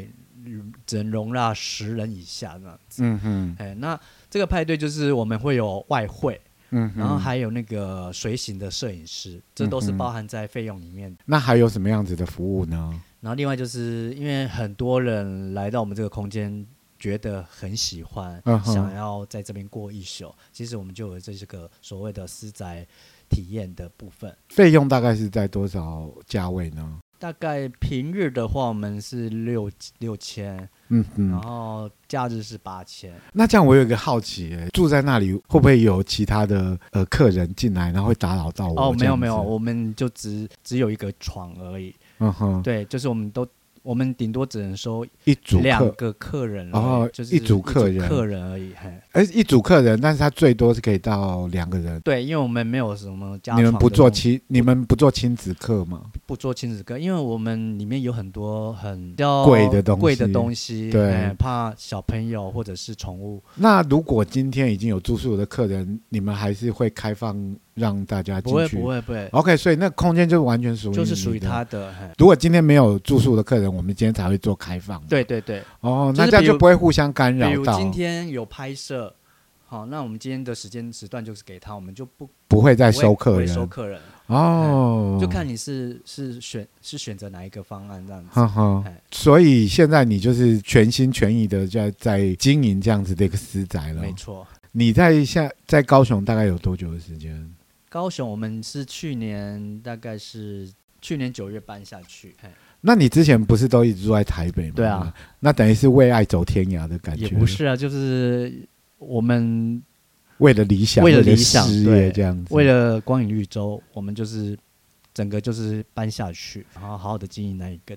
S3: 嗯只能容纳十人以下这样子。
S2: 嗯哼，
S3: 哎，那这个派对就是我们会有外汇，
S2: 嗯哼。
S3: 然后还有那个随行的摄影师，这都是
S2: 嗯哼
S3: 包含在费用里面的。
S2: 那还有什么样子的服务呢？
S3: 然后另外就是因为很多人来到我们这个空间，觉得很喜欢，
S2: 嗯哼
S3: 想要在这边过一宿，其实我们就有这些个所谓的私宅体验的部分。
S2: 费用大概是在多少价位呢？
S3: 大概平日的话，我们是六六千，
S2: 嗯
S3: 然
S2: 嗯，
S3: 后假日是八千。
S2: 那这样我有一个好奇、欸，住在那里会不会有其他的呃客人进来，然后会打扰到我？
S3: 哦，没有
S2: 这
S3: 没有，
S2: 样子，
S3: 我们就只只有一个床而已。
S2: 嗯哼，
S3: 对，就是我们都我们顶多只能收
S2: 一组
S3: 两
S2: 客，
S3: 个客人而已，
S2: 哦
S3: 就是
S2: 一组客人
S3: 客人而已。嘿，
S2: 哎，一组客人，但是他最多是可以到两个人。
S3: 对，因为我们没有什么家，
S2: 你们不做，亲，你们不做亲子课吗？
S3: 不做亲子课，因为我们里面有很多很比较
S2: 贵的东西
S3: 贵的东西，
S2: 对
S3: 嘿怕小朋友或者是宠物
S2: 那如果今天已经有住宿的客人，你们还是会开放让大家进
S3: 不会
S2: 去？哦
S3: 不会不会，
S2: OK，所以那空间就完全属于
S3: 就是属于
S2: 你的。
S3: 他的。嘿
S2: 如果今天没有住宿的客人，我们今天才会做开放。，
S3: 对对对，
S2: 哦，
S3: 就是
S2: 那这样
S3: 比如
S2: 就不会互相干
S3: 比
S2: 扰
S3: 如
S2: 到，
S3: 今天有拍摄，好，那我们今天的时间时段就是给他，我们就不
S2: 不会再
S3: 不
S2: 收
S3: 会不
S2: 客
S3: 会
S2: 人
S3: 收客人，哎
S2: 哦。
S3: 就看你是是选是选择哪一个方案这样子。
S2: 哈哈
S3: 哎，
S2: 所以现在你就是全心全意的在在经营这样子的一个私宅了
S3: 没。错，
S2: 你在下在高雄大概有多久的时间？
S3: 高雄我们是去年大概是去年九月搬下去，嘿
S2: 那你之前不是都一直住在台北吗？
S3: 对啊，
S2: 那等于是为爱走天涯的感觉，
S3: 也不是啊，就是我们
S2: 为了理想，
S3: 为
S2: 了
S3: 了理想
S2: 事业
S3: 对
S2: 这样子，
S3: 为了光影绿洲，我们就是整个就是搬下去，然后好好的经营那一个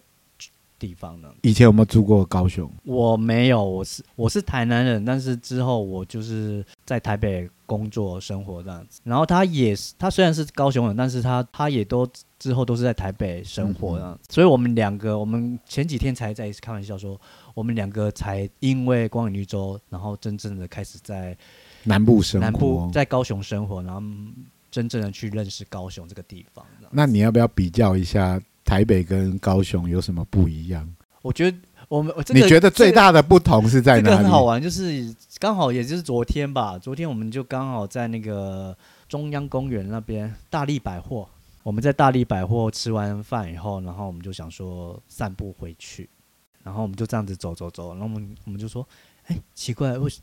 S3: 地方呢。
S2: 以前有没有住过高雄？
S3: 我没有，我是我是台南人，但是之后我就是在台北工作生活这样子。然后他也是，他虽然是高雄人，但是他他也都之后都是在台北生活这样子。所以我们两个，我们前几天才在开玩笑说，我们两个才因为光影绿洲，然后真正的开始在
S2: 南部生活，
S3: 南部在高雄生活，然后真正的去认识高雄这个地方这样。
S2: 那你要不要比较一下台北跟高雄有什么不一样？
S3: 我觉得我们、我这个、
S2: 你觉得最
S3: 这个
S2: 大的不同是在
S3: 这个
S2: 哪里？
S3: 很好玩，就是刚好也就是昨天吧，昨天我们就刚好在那个中央公园那边大力百货，我们在大力百货吃完饭以后，然后我们就想说散步回去，然后我们就这样子走走走，然后我们我们就说，哎，奇怪，为什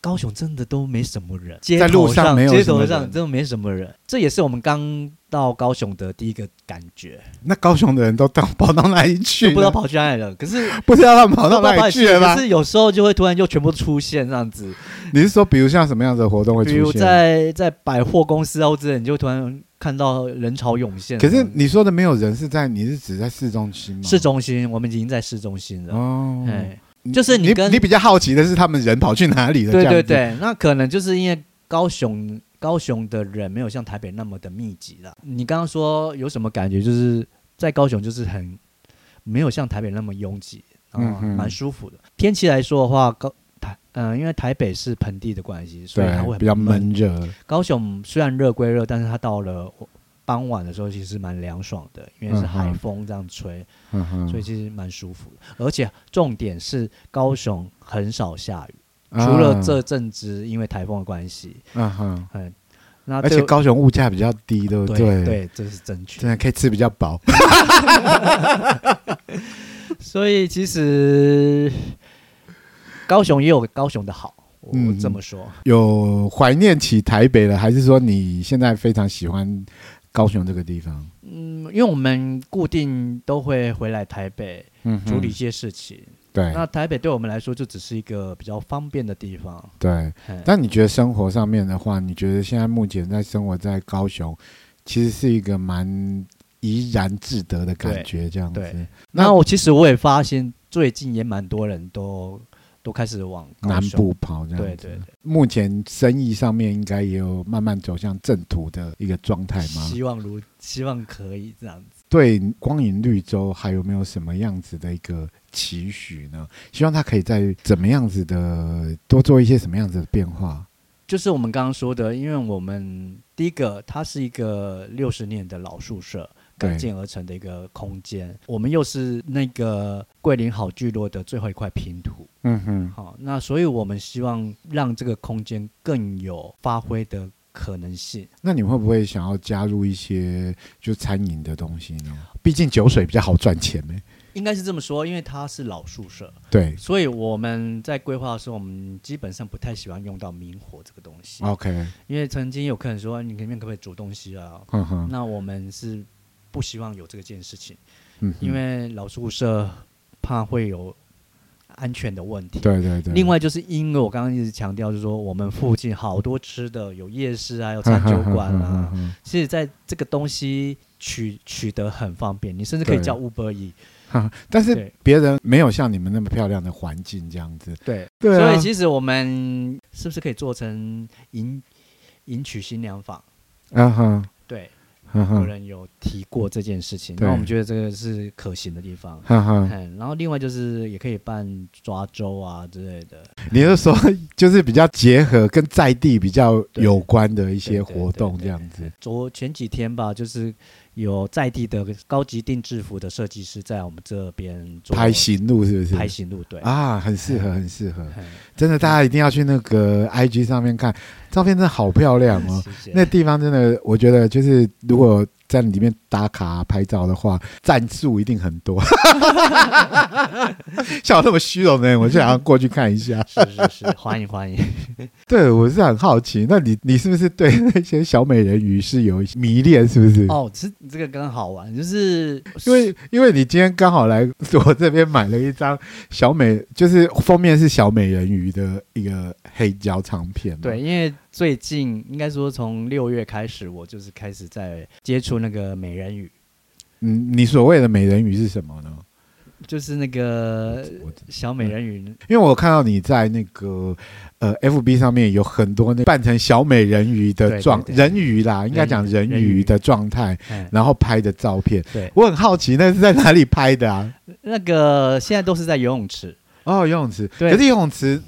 S3: 高雄真的都没什么人，街
S2: 在路
S3: 头
S2: 上
S3: 上
S2: 没有
S3: 街
S2: 什么
S3: 头
S2: 人
S3: 上真的没什么人，这也是我们刚到高雄的第 一个感觉，
S2: 那高雄的人都到跑到哪里去
S3: 就
S2: 了？
S3: 不知道跑去哪里了，可是。
S2: 不知道他们跑到
S3: 不知道
S2: 哪
S3: 跑
S2: 里
S3: 哪
S2: 去了吧
S3: 可？是有时候就会突然就全部出现这样子，
S2: 你是说，比如像什么样的活动会
S3: 比如
S2: 出现？
S3: 在在百货公司啊或之类，你就突然看到人潮涌现。啊
S2: 可是你说的没有人是在，你是指在市中心吗？
S3: 市中心，我们已经在市中心了。
S2: 哦，
S3: 哎，就是你
S2: 你
S3: 跟
S2: 你比较好奇的是他们人跑去哪里了？
S3: 对
S2: 这样
S3: 对
S2: 子，
S3: 对，那可能就是因为高雄高雄的人没有像台北那么的密集了。你刚刚说有什么感觉？就是在高雄就是很没有像台北那么拥挤，然
S2: 嗯
S3: 后
S2: 哼
S3: 蛮舒服的。天气来说的话，高台嗯、因为台北是盆地的关系，所以它会
S2: 对，比较
S3: 很闷
S2: 闷热。
S3: 高雄虽然热归热，但是它到了傍晚的时候其实蛮凉爽的，因为是海风这样吹，
S2: 嗯哼
S3: 所以其实蛮舒服的。而且重点是高雄很少下雨，
S2: 啊
S3: 除了这阵子因为台风的关系，
S2: 嗯哼，
S3: 嗯，那
S2: 而
S3: 对
S2: 且高雄物价比较低，对不
S3: 对
S2: 对
S3: 对，这是正确
S2: 真。的可以吃比较饱。
S3: 所以其实高雄也有高雄的好，我
S2: 嗯
S3: 这么说。
S2: 有怀念起台北了，还是说你现在非常喜欢高雄这个地方？
S3: 嗯，因为我们固定都会回来台北
S2: 嗯哼，
S3: 处理一些事情，
S2: 对
S3: 那台北对我们来说就只是一个比较方便的地方。
S2: 对。
S3: 嘿
S2: 但你觉得生活上面的话，你觉得现在目前在生活在高雄，其实是一个蛮怡然自得的感觉，这样
S3: 对
S2: 子。
S3: 那
S2: 那
S3: 我其实我也发现，最近也蛮多人都都开始往高
S2: 南
S3: 雄。
S2: 部跑这样子，
S3: 对对对，
S2: 目前生意上面应该也有慢慢走向正途的一个状态吗？
S3: 希望如希望可以这样子。
S2: 对光影绿洲还有没有什么样子的一个期许呢？希望它可以在怎么样子的多做一些什么样子的变化？
S3: 就是我们刚刚说的，因为我们第一个，它是一个六十年的老宿舍
S2: 对
S3: 改建而成的一个空间，我们又是那个桂林好聚落的最后一块拼图，
S2: 嗯哼，
S3: 好，那所以我们希望让这个空间更有发挥的可能性。
S2: 那你会不会想要加入一些就餐饮的东西呢？毕竟酒水比较好赚钱呢、
S3: 应该是这么说，因为它是老宿舍，
S2: 对
S3: 所以我们在规划的时候，我们基本上不太喜欢用到明火这个东西。
S2: ，OK，
S3: 因为曾经有客人说啊你里面可不可以煮东西啊？
S2: 哼嗯哼，
S3: 那我们是不希望有这个件事情，
S2: 嗯哼，
S3: 因为老宿舍怕会有安全的问题。
S2: 对对对，
S3: 另外就是因为我刚刚一直强调，就是说我们附近好多吃的，有夜市啊，有餐酒 馆
S2: 哼哼
S3: 啊。
S2: 哼哼
S3: 其实，在这个东西取取得很方便，你甚至可以
S2: 对
S3: 叫 Uber E。
S2: 哼，但是
S3: 对
S2: 别人没有像你们那么漂亮的环境这样子，
S3: 对，
S2: 对
S3: 所
S2: 啊
S3: 以，其实我们是不是可以做成迎迎娶新娘房？
S2: 啊哈，
S3: 对，
S2: 哈
S3: 有
S2: 哈，
S3: 人有提过这件事
S2: 嗯
S3: 情，
S2: 对
S3: 那我们觉得这个是可行的地方。
S2: 哈啊哈，
S3: 嗯，然后另外就是也可以办抓周啊之类的，
S2: 你是说就是比较结合跟在地比较
S3: 对
S2: 有关的一些
S3: 对对
S2: 活动
S3: 对对
S2: 这样子？
S3: 昨前几天吧，就是有在地的高级定制服的设计师在我们这边做
S2: 拍行路是不是？
S3: 拍行路，对，
S2: 啊，很适合，很适合，
S3: 嗯
S2: 真的，大家一定要去那个 IG 上面看，照片真的好漂亮哦。
S3: 谢谢
S2: 那地方真的，我觉得就是如果在里面打卡拍照的话，赞数一定很多。 像我那么虚荣的人，我就想要过去看一下。
S3: 是是是，欢迎 欢迎。
S2: 对，我是很好奇，那你你是不是对那些小美人鱼是有迷恋？是不是？
S3: 哦，这这个更好玩，就是
S2: 因为因为你今天刚好来我这边买了一张小美，就是封面是小美人鱼的一个黑胶唱片嘛。
S3: 对，因为最近应该说从六月开始，我就是开始在接触那个美人鱼，
S2: 嗯，你所谓的美人鱼是什么呢？
S3: 就是那个
S2: 我知
S3: 小美人鱼，
S2: 因为我看到你在那个呃 FB 上面有很多那扮成小美人鱼的
S3: 对
S2: 状
S3: 对对
S2: 人鱼啦，应该讲人
S3: 人
S2: 鱼
S3: 鱼
S2: 的状态，
S3: 嗯，
S2: 然后拍的照片。
S3: 对，
S2: 我很好奇那是在哪里拍的啊？
S3: 那个现在都是在游泳池。
S2: 哦，游泳池。
S3: 对
S2: 可是游泳池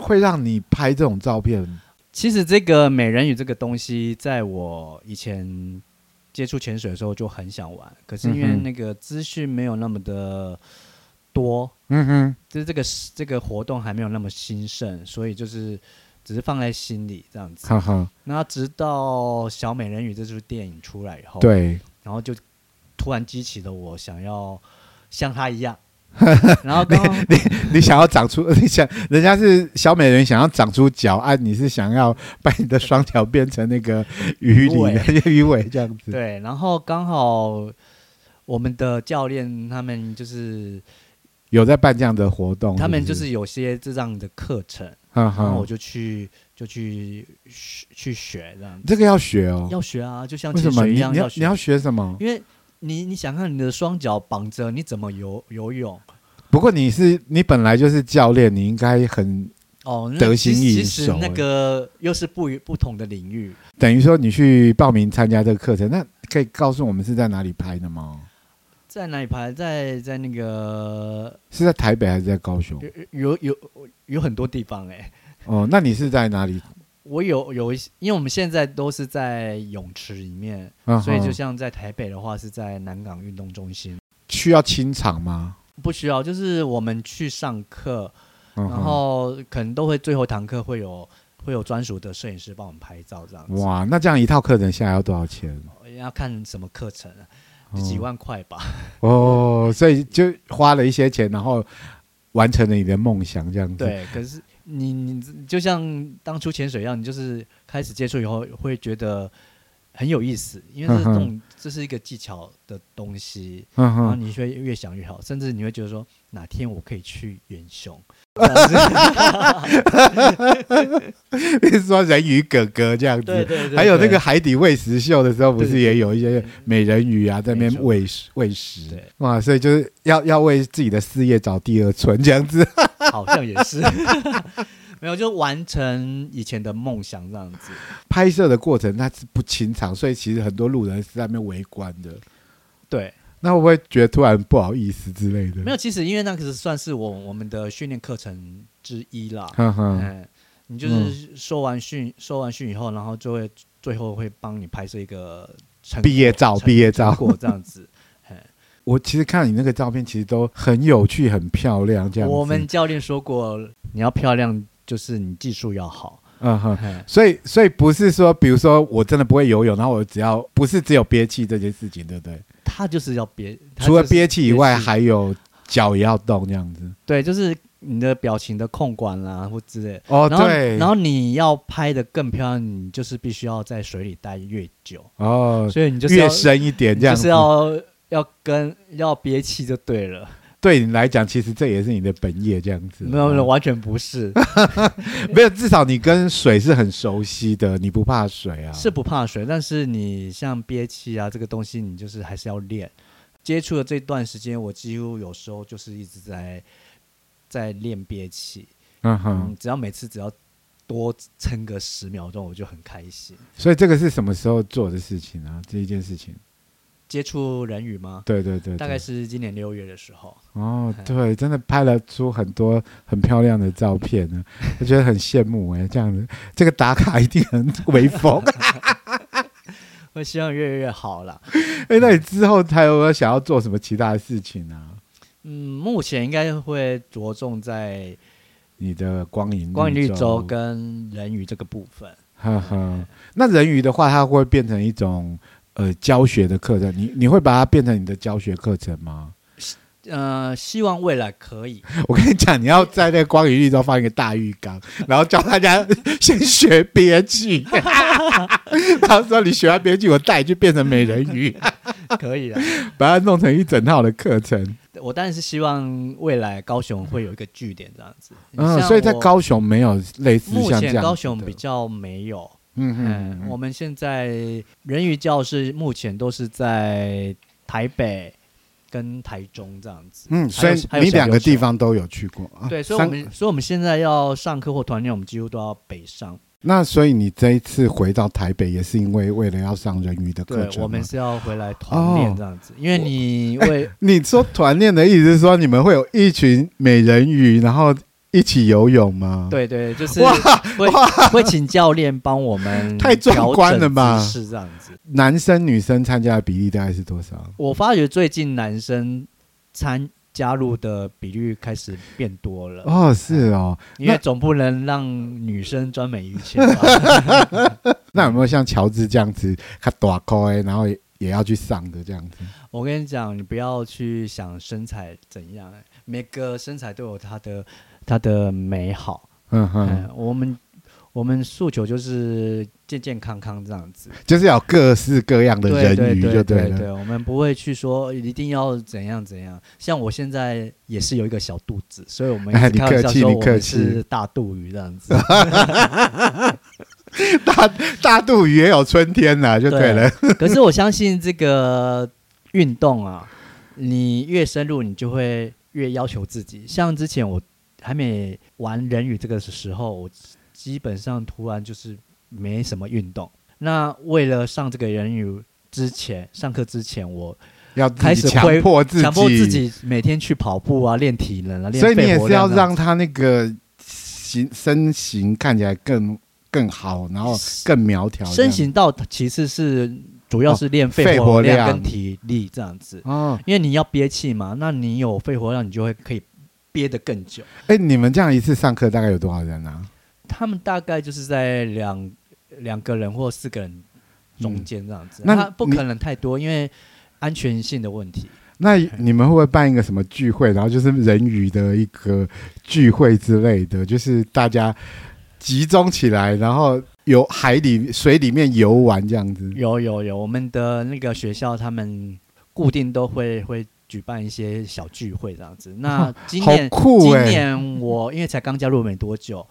S2: 会让你拍这种照片，
S3: 其实这个美人鱼这个东西，在我以前接触潜水的时候就很想玩，可是因为
S2: 嗯哼
S3: 那个资讯没有那么的多，
S2: 嗯哼，
S3: 就是这个这个活动还没有那么兴盛，所以就是只是放在心里这样子。
S2: 哈哈，
S3: 那直到《小美人鱼》这部电影出来以后，，
S2: 对，
S3: 然后就突然激起了我想要像她 一样，然后刚好
S2: 你想要长出， 你想人家是小美人，想要长出脚啊，你是想要把你的双脚变成那个鱼
S3: 鱼
S2: 鳞
S3: 尾
S2: 的鱼尾这样子。
S3: 对，然后刚好我们的教练他们就是
S2: 有在办这样的活动，
S3: 他们就
S2: 不
S3: 是哦有些这样的课程，
S2: 哈
S3: 然后我
S2: 哈，
S3: 就去就去学去学这样子，
S2: 这个要学哦。
S3: 要学啊，就像
S2: 为
S3: 潜
S2: 什么
S3: 水一
S2: 你
S3: 样
S2: 你要
S3: 学，
S2: 你要学什么？
S3: 因为你你想看你的双脚绑着，你怎么游游泳？
S2: 不过你是你本来就是教练，你应该很
S3: 哦，那
S2: 得心
S3: 其实
S2: 应
S3: 其实
S2: 手
S3: 那
S2: 欸
S3: 个又是不不同的领域。
S2: 等于说你去报名参加这个课程，那可以告诉我们是在哪里拍的吗？
S3: 在哪里拍？在在那个
S2: 是在台北还是在高雄？
S3: 有有有有很多地方哎、
S2: 哦，那你是在哪里？
S3: 我有有一些，因为我们现在都是在泳池里面，
S2: 嗯
S3: 所以就
S2: 哼
S3: 像在台北的话是在南港运动中心，
S2: 需要清场吗？
S3: 不需要，就是我们去上课，
S2: 然
S3: 然后可能都会最后堂课会有会有专属的摄影师帮我们拍照这样子。
S2: 哇，那这样一套课程下来要多少钱？
S3: 要看什么课程啊，就几万块吧。
S2: 哦，哦所以就花了一些钱，然后完成了你的梦想，这 样子。，
S3: 对，可是你你就像当初潜水一样，你就是开始接触以后会觉得很有意思，因为这
S2: 嗯哼
S3: 种这是一个技巧的东西，
S2: 嗯
S3: 然后
S2: 哼，
S3: 你会越想越好，甚至你会觉得说哪天我可以去远 雄，
S2: 比如说人鱼哥哥这样子。
S3: 对对对，
S2: 还有那
S3: 对
S2: 个海底喂食秀的时候，不是
S3: 对
S2: 也有一些美人鱼啊，在那
S3: 没
S2: 边
S3: 错
S2: 喂食喂食
S3: 对，
S2: 哇！所以就是要要为自己的事业找第二春这样子。
S3: 好像也是， 没有就完成以前的梦想这样子。
S2: 拍摄的过程它是不清场，所以其实很多路人是在那边围观的。
S3: 对，
S2: 那会不会觉得突然不好意思之类的？
S3: 没有，其实因为那个是算是我我们的训练课程之一啦。
S2: 哈哈，
S3: 嗯，你就是受完训，受完训以后，然后就会最后会帮你拍摄一个成
S2: 毕业照，
S3: 成
S2: 毕业照
S3: 成。果这样子。
S2: 我其实看你那个照片，其实都很有趣、 很漂亮，这样子。
S3: 我们教练说过，你要漂亮，就是你技术要好。哎
S2: 嗯哼。
S3: 嘿
S2: 所以，所以不是说，比如说我真的不会游泳，然后我只要不是只有憋气这件事情，对不对？
S3: 他就是要憋，他
S2: 除了
S3: 就是
S2: 憋气以外，
S3: 气
S2: 还有脚也要动这样子。
S3: 对，就是你的表情的控管啦，或之类的。
S2: 哦，
S3: 然后，
S2: 对，
S3: 然后你要拍的更漂亮，你就是必须要在水里待越久，
S2: 哦，
S3: 所以你就是要
S2: 越深一点
S3: 你
S2: 这样
S3: 就
S2: 子，
S3: 是要要跟要憋气就对了，
S2: 对你来讲，其实这也是你的嗯本业这样子。哦
S3: 没有没有，完全不是，
S2: 没有，至少你跟水是很熟悉的，你不怕水啊？
S3: 是不怕水，但是你像憋气啊这个东西，你就是还是要练。接触的这段时间，我几乎有时候就是一直在在练憋气，
S2: 嗯
S3: 嗯
S2: 哼，，
S3: 只要每次只要多撑个十秒钟，我就很开心。
S2: 所以这个是什么时候做的事情啊？这一件事情，
S3: 接触人语吗？
S2: 对对对，
S3: 大概
S2: 对
S3: 是哎今年六月的时候，
S2: 哦，对，真的拍了出很多很漂亮的照片呢，我觉得很羡慕哎、这样子，这个打卡一定很威风。
S3: 我希望越来越好啦。
S2: 哎、那你之后还有没有想要做什么其他的事情啊？
S3: 嗯，目前应该会着重在
S2: 你的光影
S3: 关于绿洲
S2: 洲，
S3: 跟人鱼这个部分。
S2: 呵呵，那人鱼的话，它会变成一种呃教学的课程，你你会把它变成你的教学课程吗？
S3: 呃，希望未来可以，
S2: 我跟你讲，你要在那个光影绿洲放一个大浴缸，然后教大家 先学憋气，然后说你学完憋气，我带你去变成美人鱼，
S3: 可以的。
S2: 把它弄成一整套的课程。
S3: 我当然是希望未来高雄会有一个据点这样子。
S2: 嗯，
S3: 像
S2: 所以在
S3: 我
S2: 高雄没有类似
S3: 目
S2: 像这
S3: 前
S2: 样，
S3: 高雄比，较没有。
S2: 嗯
S3: 嗯，
S2: 嗯
S3: 我们现在人鱼教室目前都是在台北跟台中这样子。
S2: 嗯，所以
S3: 还有
S2: 你两个地。
S3: 还有小琉球
S2: 方都有去过，啊
S3: 对，所以我
S2: 三
S3: 们所以我们现在要上课或团练，我们几乎都要北上。
S2: 那所以你这一次回到台北，也是因为为了要上人鱼的课
S3: 对，
S2: 程吗
S3: 我们是要回来团练这样
S2: 哦
S3: 子，因为你为
S2: 你说团练的意思是说你们会有一群美人鱼，然后一起游泳吗？，
S3: 对对，就是
S2: 哇
S3: 会会请教练帮我们
S2: 太壮观了吧
S3: 是这样子。
S2: 男生女生参加的比例大概是多少？
S3: 我发觉最近男生参加入的比率开始变多了，
S2: 哦，是哦，
S3: 因为
S2: 那
S3: 总不能让女生专美于前吧？
S2: 那有没有像乔治这样子，他大块，然后也也要去上的这样子？
S3: 我跟你讲，你不要去想身材怎样，每个身材都有它的它的美好。
S2: 嗯哼，
S3: 嗯，我们我们诉求就是健健康康这样子，
S2: 就是要有各式各样的
S3: 对
S2: 人鱼就对
S3: 对对
S2: 了。
S3: 对，我们不会去说一定要怎样怎样。像我现在也是有一个小肚子，所以我们一
S2: 哎
S3: 直
S2: 你
S3: 开玩
S2: 客
S3: 笑
S2: 气
S3: 说
S2: 你
S3: 我
S2: 客
S3: 们
S2: 气
S3: 是大肚鱼这样子。
S2: 大大肚鱼也有春天啦，就对了。
S3: 可是我相信这个运动啊，你越深入，你就会越要求自己。像之前我还没玩人鱼这个时候，我基本上突然就是没什么运动。那为了上这个人鱼之前，上课之前，我
S2: 要自
S3: 开
S2: 己
S3: 始
S2: 强
S3: 恢
S2: 迫自己，
S3: 强迫自己每天去跑步啊，练体能啊，练
S2: 所以你也
S3: 肺活
S2: 是要
S3: 量啊
S2: 让他那个形身形看起来更更好，然后更苗条这样。
S3: 哦身形到其实是主要是练
S2: 肺
S3: 肺
S2: 活
S3: 活量
S2: 量
S3: 跟体力这样子。
S2: 哦，
S3: 因为你要憋气嘛，那你有肺活量，你就会可以憋得更久。
S2: 哎，你们这样一次上课大概有多少人啊？
S3: 他们大概就是在两两个人或四个人中间这样子，
S2: 嗯那
S3: 他不
S2: 你
S3: 可能太多，因为安全性的问题。
S2: 那你们会不会办一个什么聚会，然后就是人鱼的一个聚会之类的，就是大家集中起来，然后游海里水里面游玩这样子？
S3: 有有有，我们的那个学校他们固定都会会举办一些小聚会这样子。 那今
S2: 好
S3: 年、
S2: 酷
S3: 今
S2: 哎、
S3: 年我因为才刚加入没多久，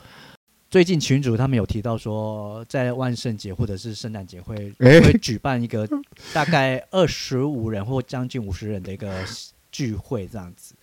S3: 最近群主他们有提到说，在万圣节或者是圣诞节会
S2: 哎
S3: 会举办一个大概二十五人或将近五十人的一个聚会这样子。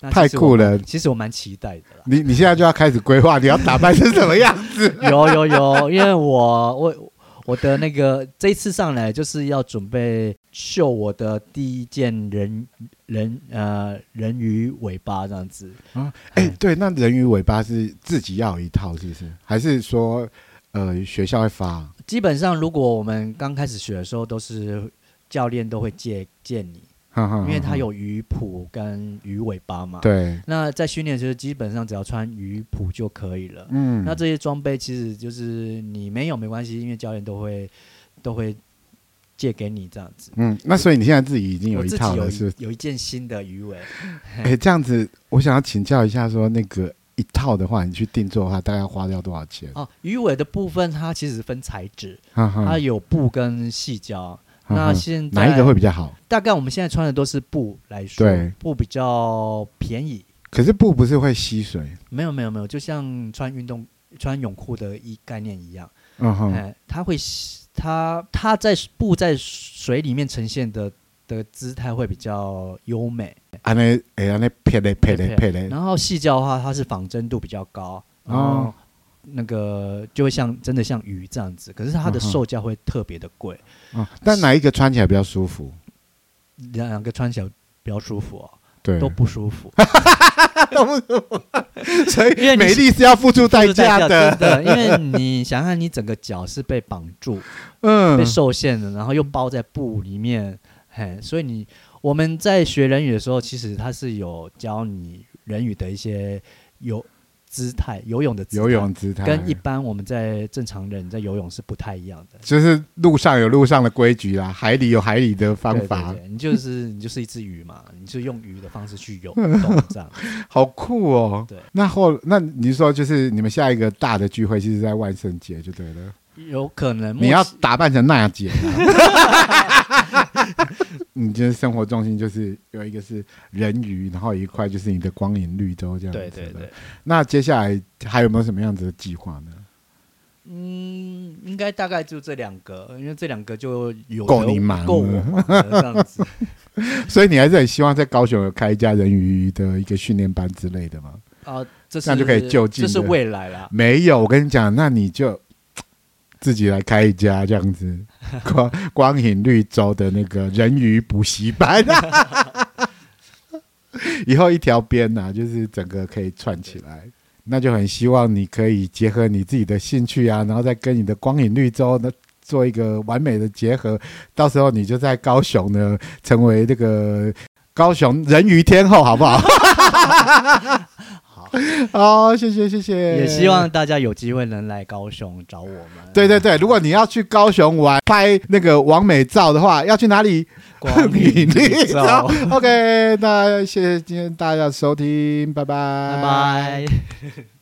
S3: 那其
S2: 太
S3: 实
S2: 酷
S3: 啊我
S2: 了
S3: 蛮其实我蛮期待的啦。
S2: 你你现在就要开始规划，你要打扮成什么 样子？
S3: 有有有，因为我我我的那个这一次上来就是要准备秀我的第一件人人呃人鱼尾巴这样子。
S2: 啊，哎、对，那人鱼尾巴是自己要有一套，是不是？还是说，呃，学校会发？
S3: 基本上，如果我们刚开始学的时候，都是教练都会借借你，
S2: 哈哈，
S3: 因为它
S2: 哈
S3: 有鱼蹼跟鱼尾巴嘛。。
S2: 嗯对，
S3: 那在训练其实基本上只要穿鱼蹼就可以了。
S2: 嗯，
S3: 那这些装备其实就是你没有没关系，因为教练都会都会借给你这样子。
S2: 嗯，那所以你现在自己已经有
S3: 我
S2: 一
S3: 自己
S2: 套
S3: 有
S2: 了，是不
S3: 一
S2: 是？
S3: 有一件新的鱼尾，
S2: 哎，这样子，我想要请教一下，说那个一套的话，你去定做的话，大概要花掉多少钱？
S3: 哦，鱼尾的部分它其实分材质，
S2: 哈哈，
S3: 它有布跟细胶。
S2: 哈
S3: 那
S2: 哈
S3: 现在
S2: 嗯哪一个会比较好？
S3: 大概我们现在穿的都是布来说，
S2: 对
S3: 布比较便宜。
S2: 可是布不是会吸水？
S3: 没有没有没有，就像穿运动穿泳裤的一概念一样，
S2: 嗯
S3: 哎、
S2: 哼，
S3: 它会它它在布在水里面呈现的的姿态会比较优美。
S2: 安尼哎，安尼撇嘞撇嘞撇嘞，
S3: 然后细胶的话，它是仿真度比较高，然后
S2: 哦
S3: 那个就会像真的像鱼这样子，可是它的
S2: 嗯哼
S3: 售价会特别的贵，
S2: 哦但哪一个穿起来比较舒服？
S3: 两两个穿起来比较舒服哦，
S2: 对，
S3: 都不 舒服，
S2: 所
S3: 因为
S2: 以
S3: 你
S2: 美丽是要付出代价
S3: 真
S2: 的。
S3: 的，因为你想想看，你整个脚是被绑住、
S2: 嗯
S3: 被，受限的，然后又包在布里面，嘿，所以你我们在学人语的时候，其实它是有教你人语的一些游姿态，游泳的姿态
S2: 游泳姿态
S3: 跟一般我们在正常人在游泳是不太一样的。
S2: 就是路上有路上的规矩啦，海里有海里的方法
S3: 对，对对你就是你就是一只鱼嘛，你就用鱼的方式去 游动这样。
S2: 好酷哦。
S3: 对，
S2: 那后那你说就是你们下一个大的聚会就是在万圣节就对了，
S3: 有可能目
S2: 你要
S3: 前
S2: 打扮成娜姐啊。 你今天生活重心就是有一个是人鱼，然后有一块就是你的光影绿洲这样子。
S3: 对对对。，
S2: 那接下来还有没有什么样子的计划呢？
S3: 嗯，应该大概就这两个，因为这两个就有
S2: 够你忙了
S3: 够我忙了这 样子。
S2: 所以你还是很希望在高雄有开一家人鱼的一个训练班之类的吗？
S3: 啊，这是
S2: 这样就可以就近
S3: 这是
S2: 的
S3: 未来啦。
S2: 没有，我跟你讲，那你就自己来开一家这样 子，光光影绿洲的那个人鱼补习班， 以后一条边呐、就是整个可以串起来。那就很希望你可以结合你自己的兴趣啊，然后再跟你的光影绿洲呢做一个完美的结合。到时候你就在高雄呢成为这个高雄人鱼天后，好不 好？
S3: 好，
S2: 好，谢谢谢谢，
S3: 也希望大家有机会能来高雄找我们。
S2: 对对对，如果你要去高雄玩拍那个完美照的话，要去哪里？
S3: 光 明
S2: 绿
S3: 绿
S2: 洲
S3: 洲，。
S2: OK，那谢谢今天大家的收听，拜拜，
S3: 拜拜。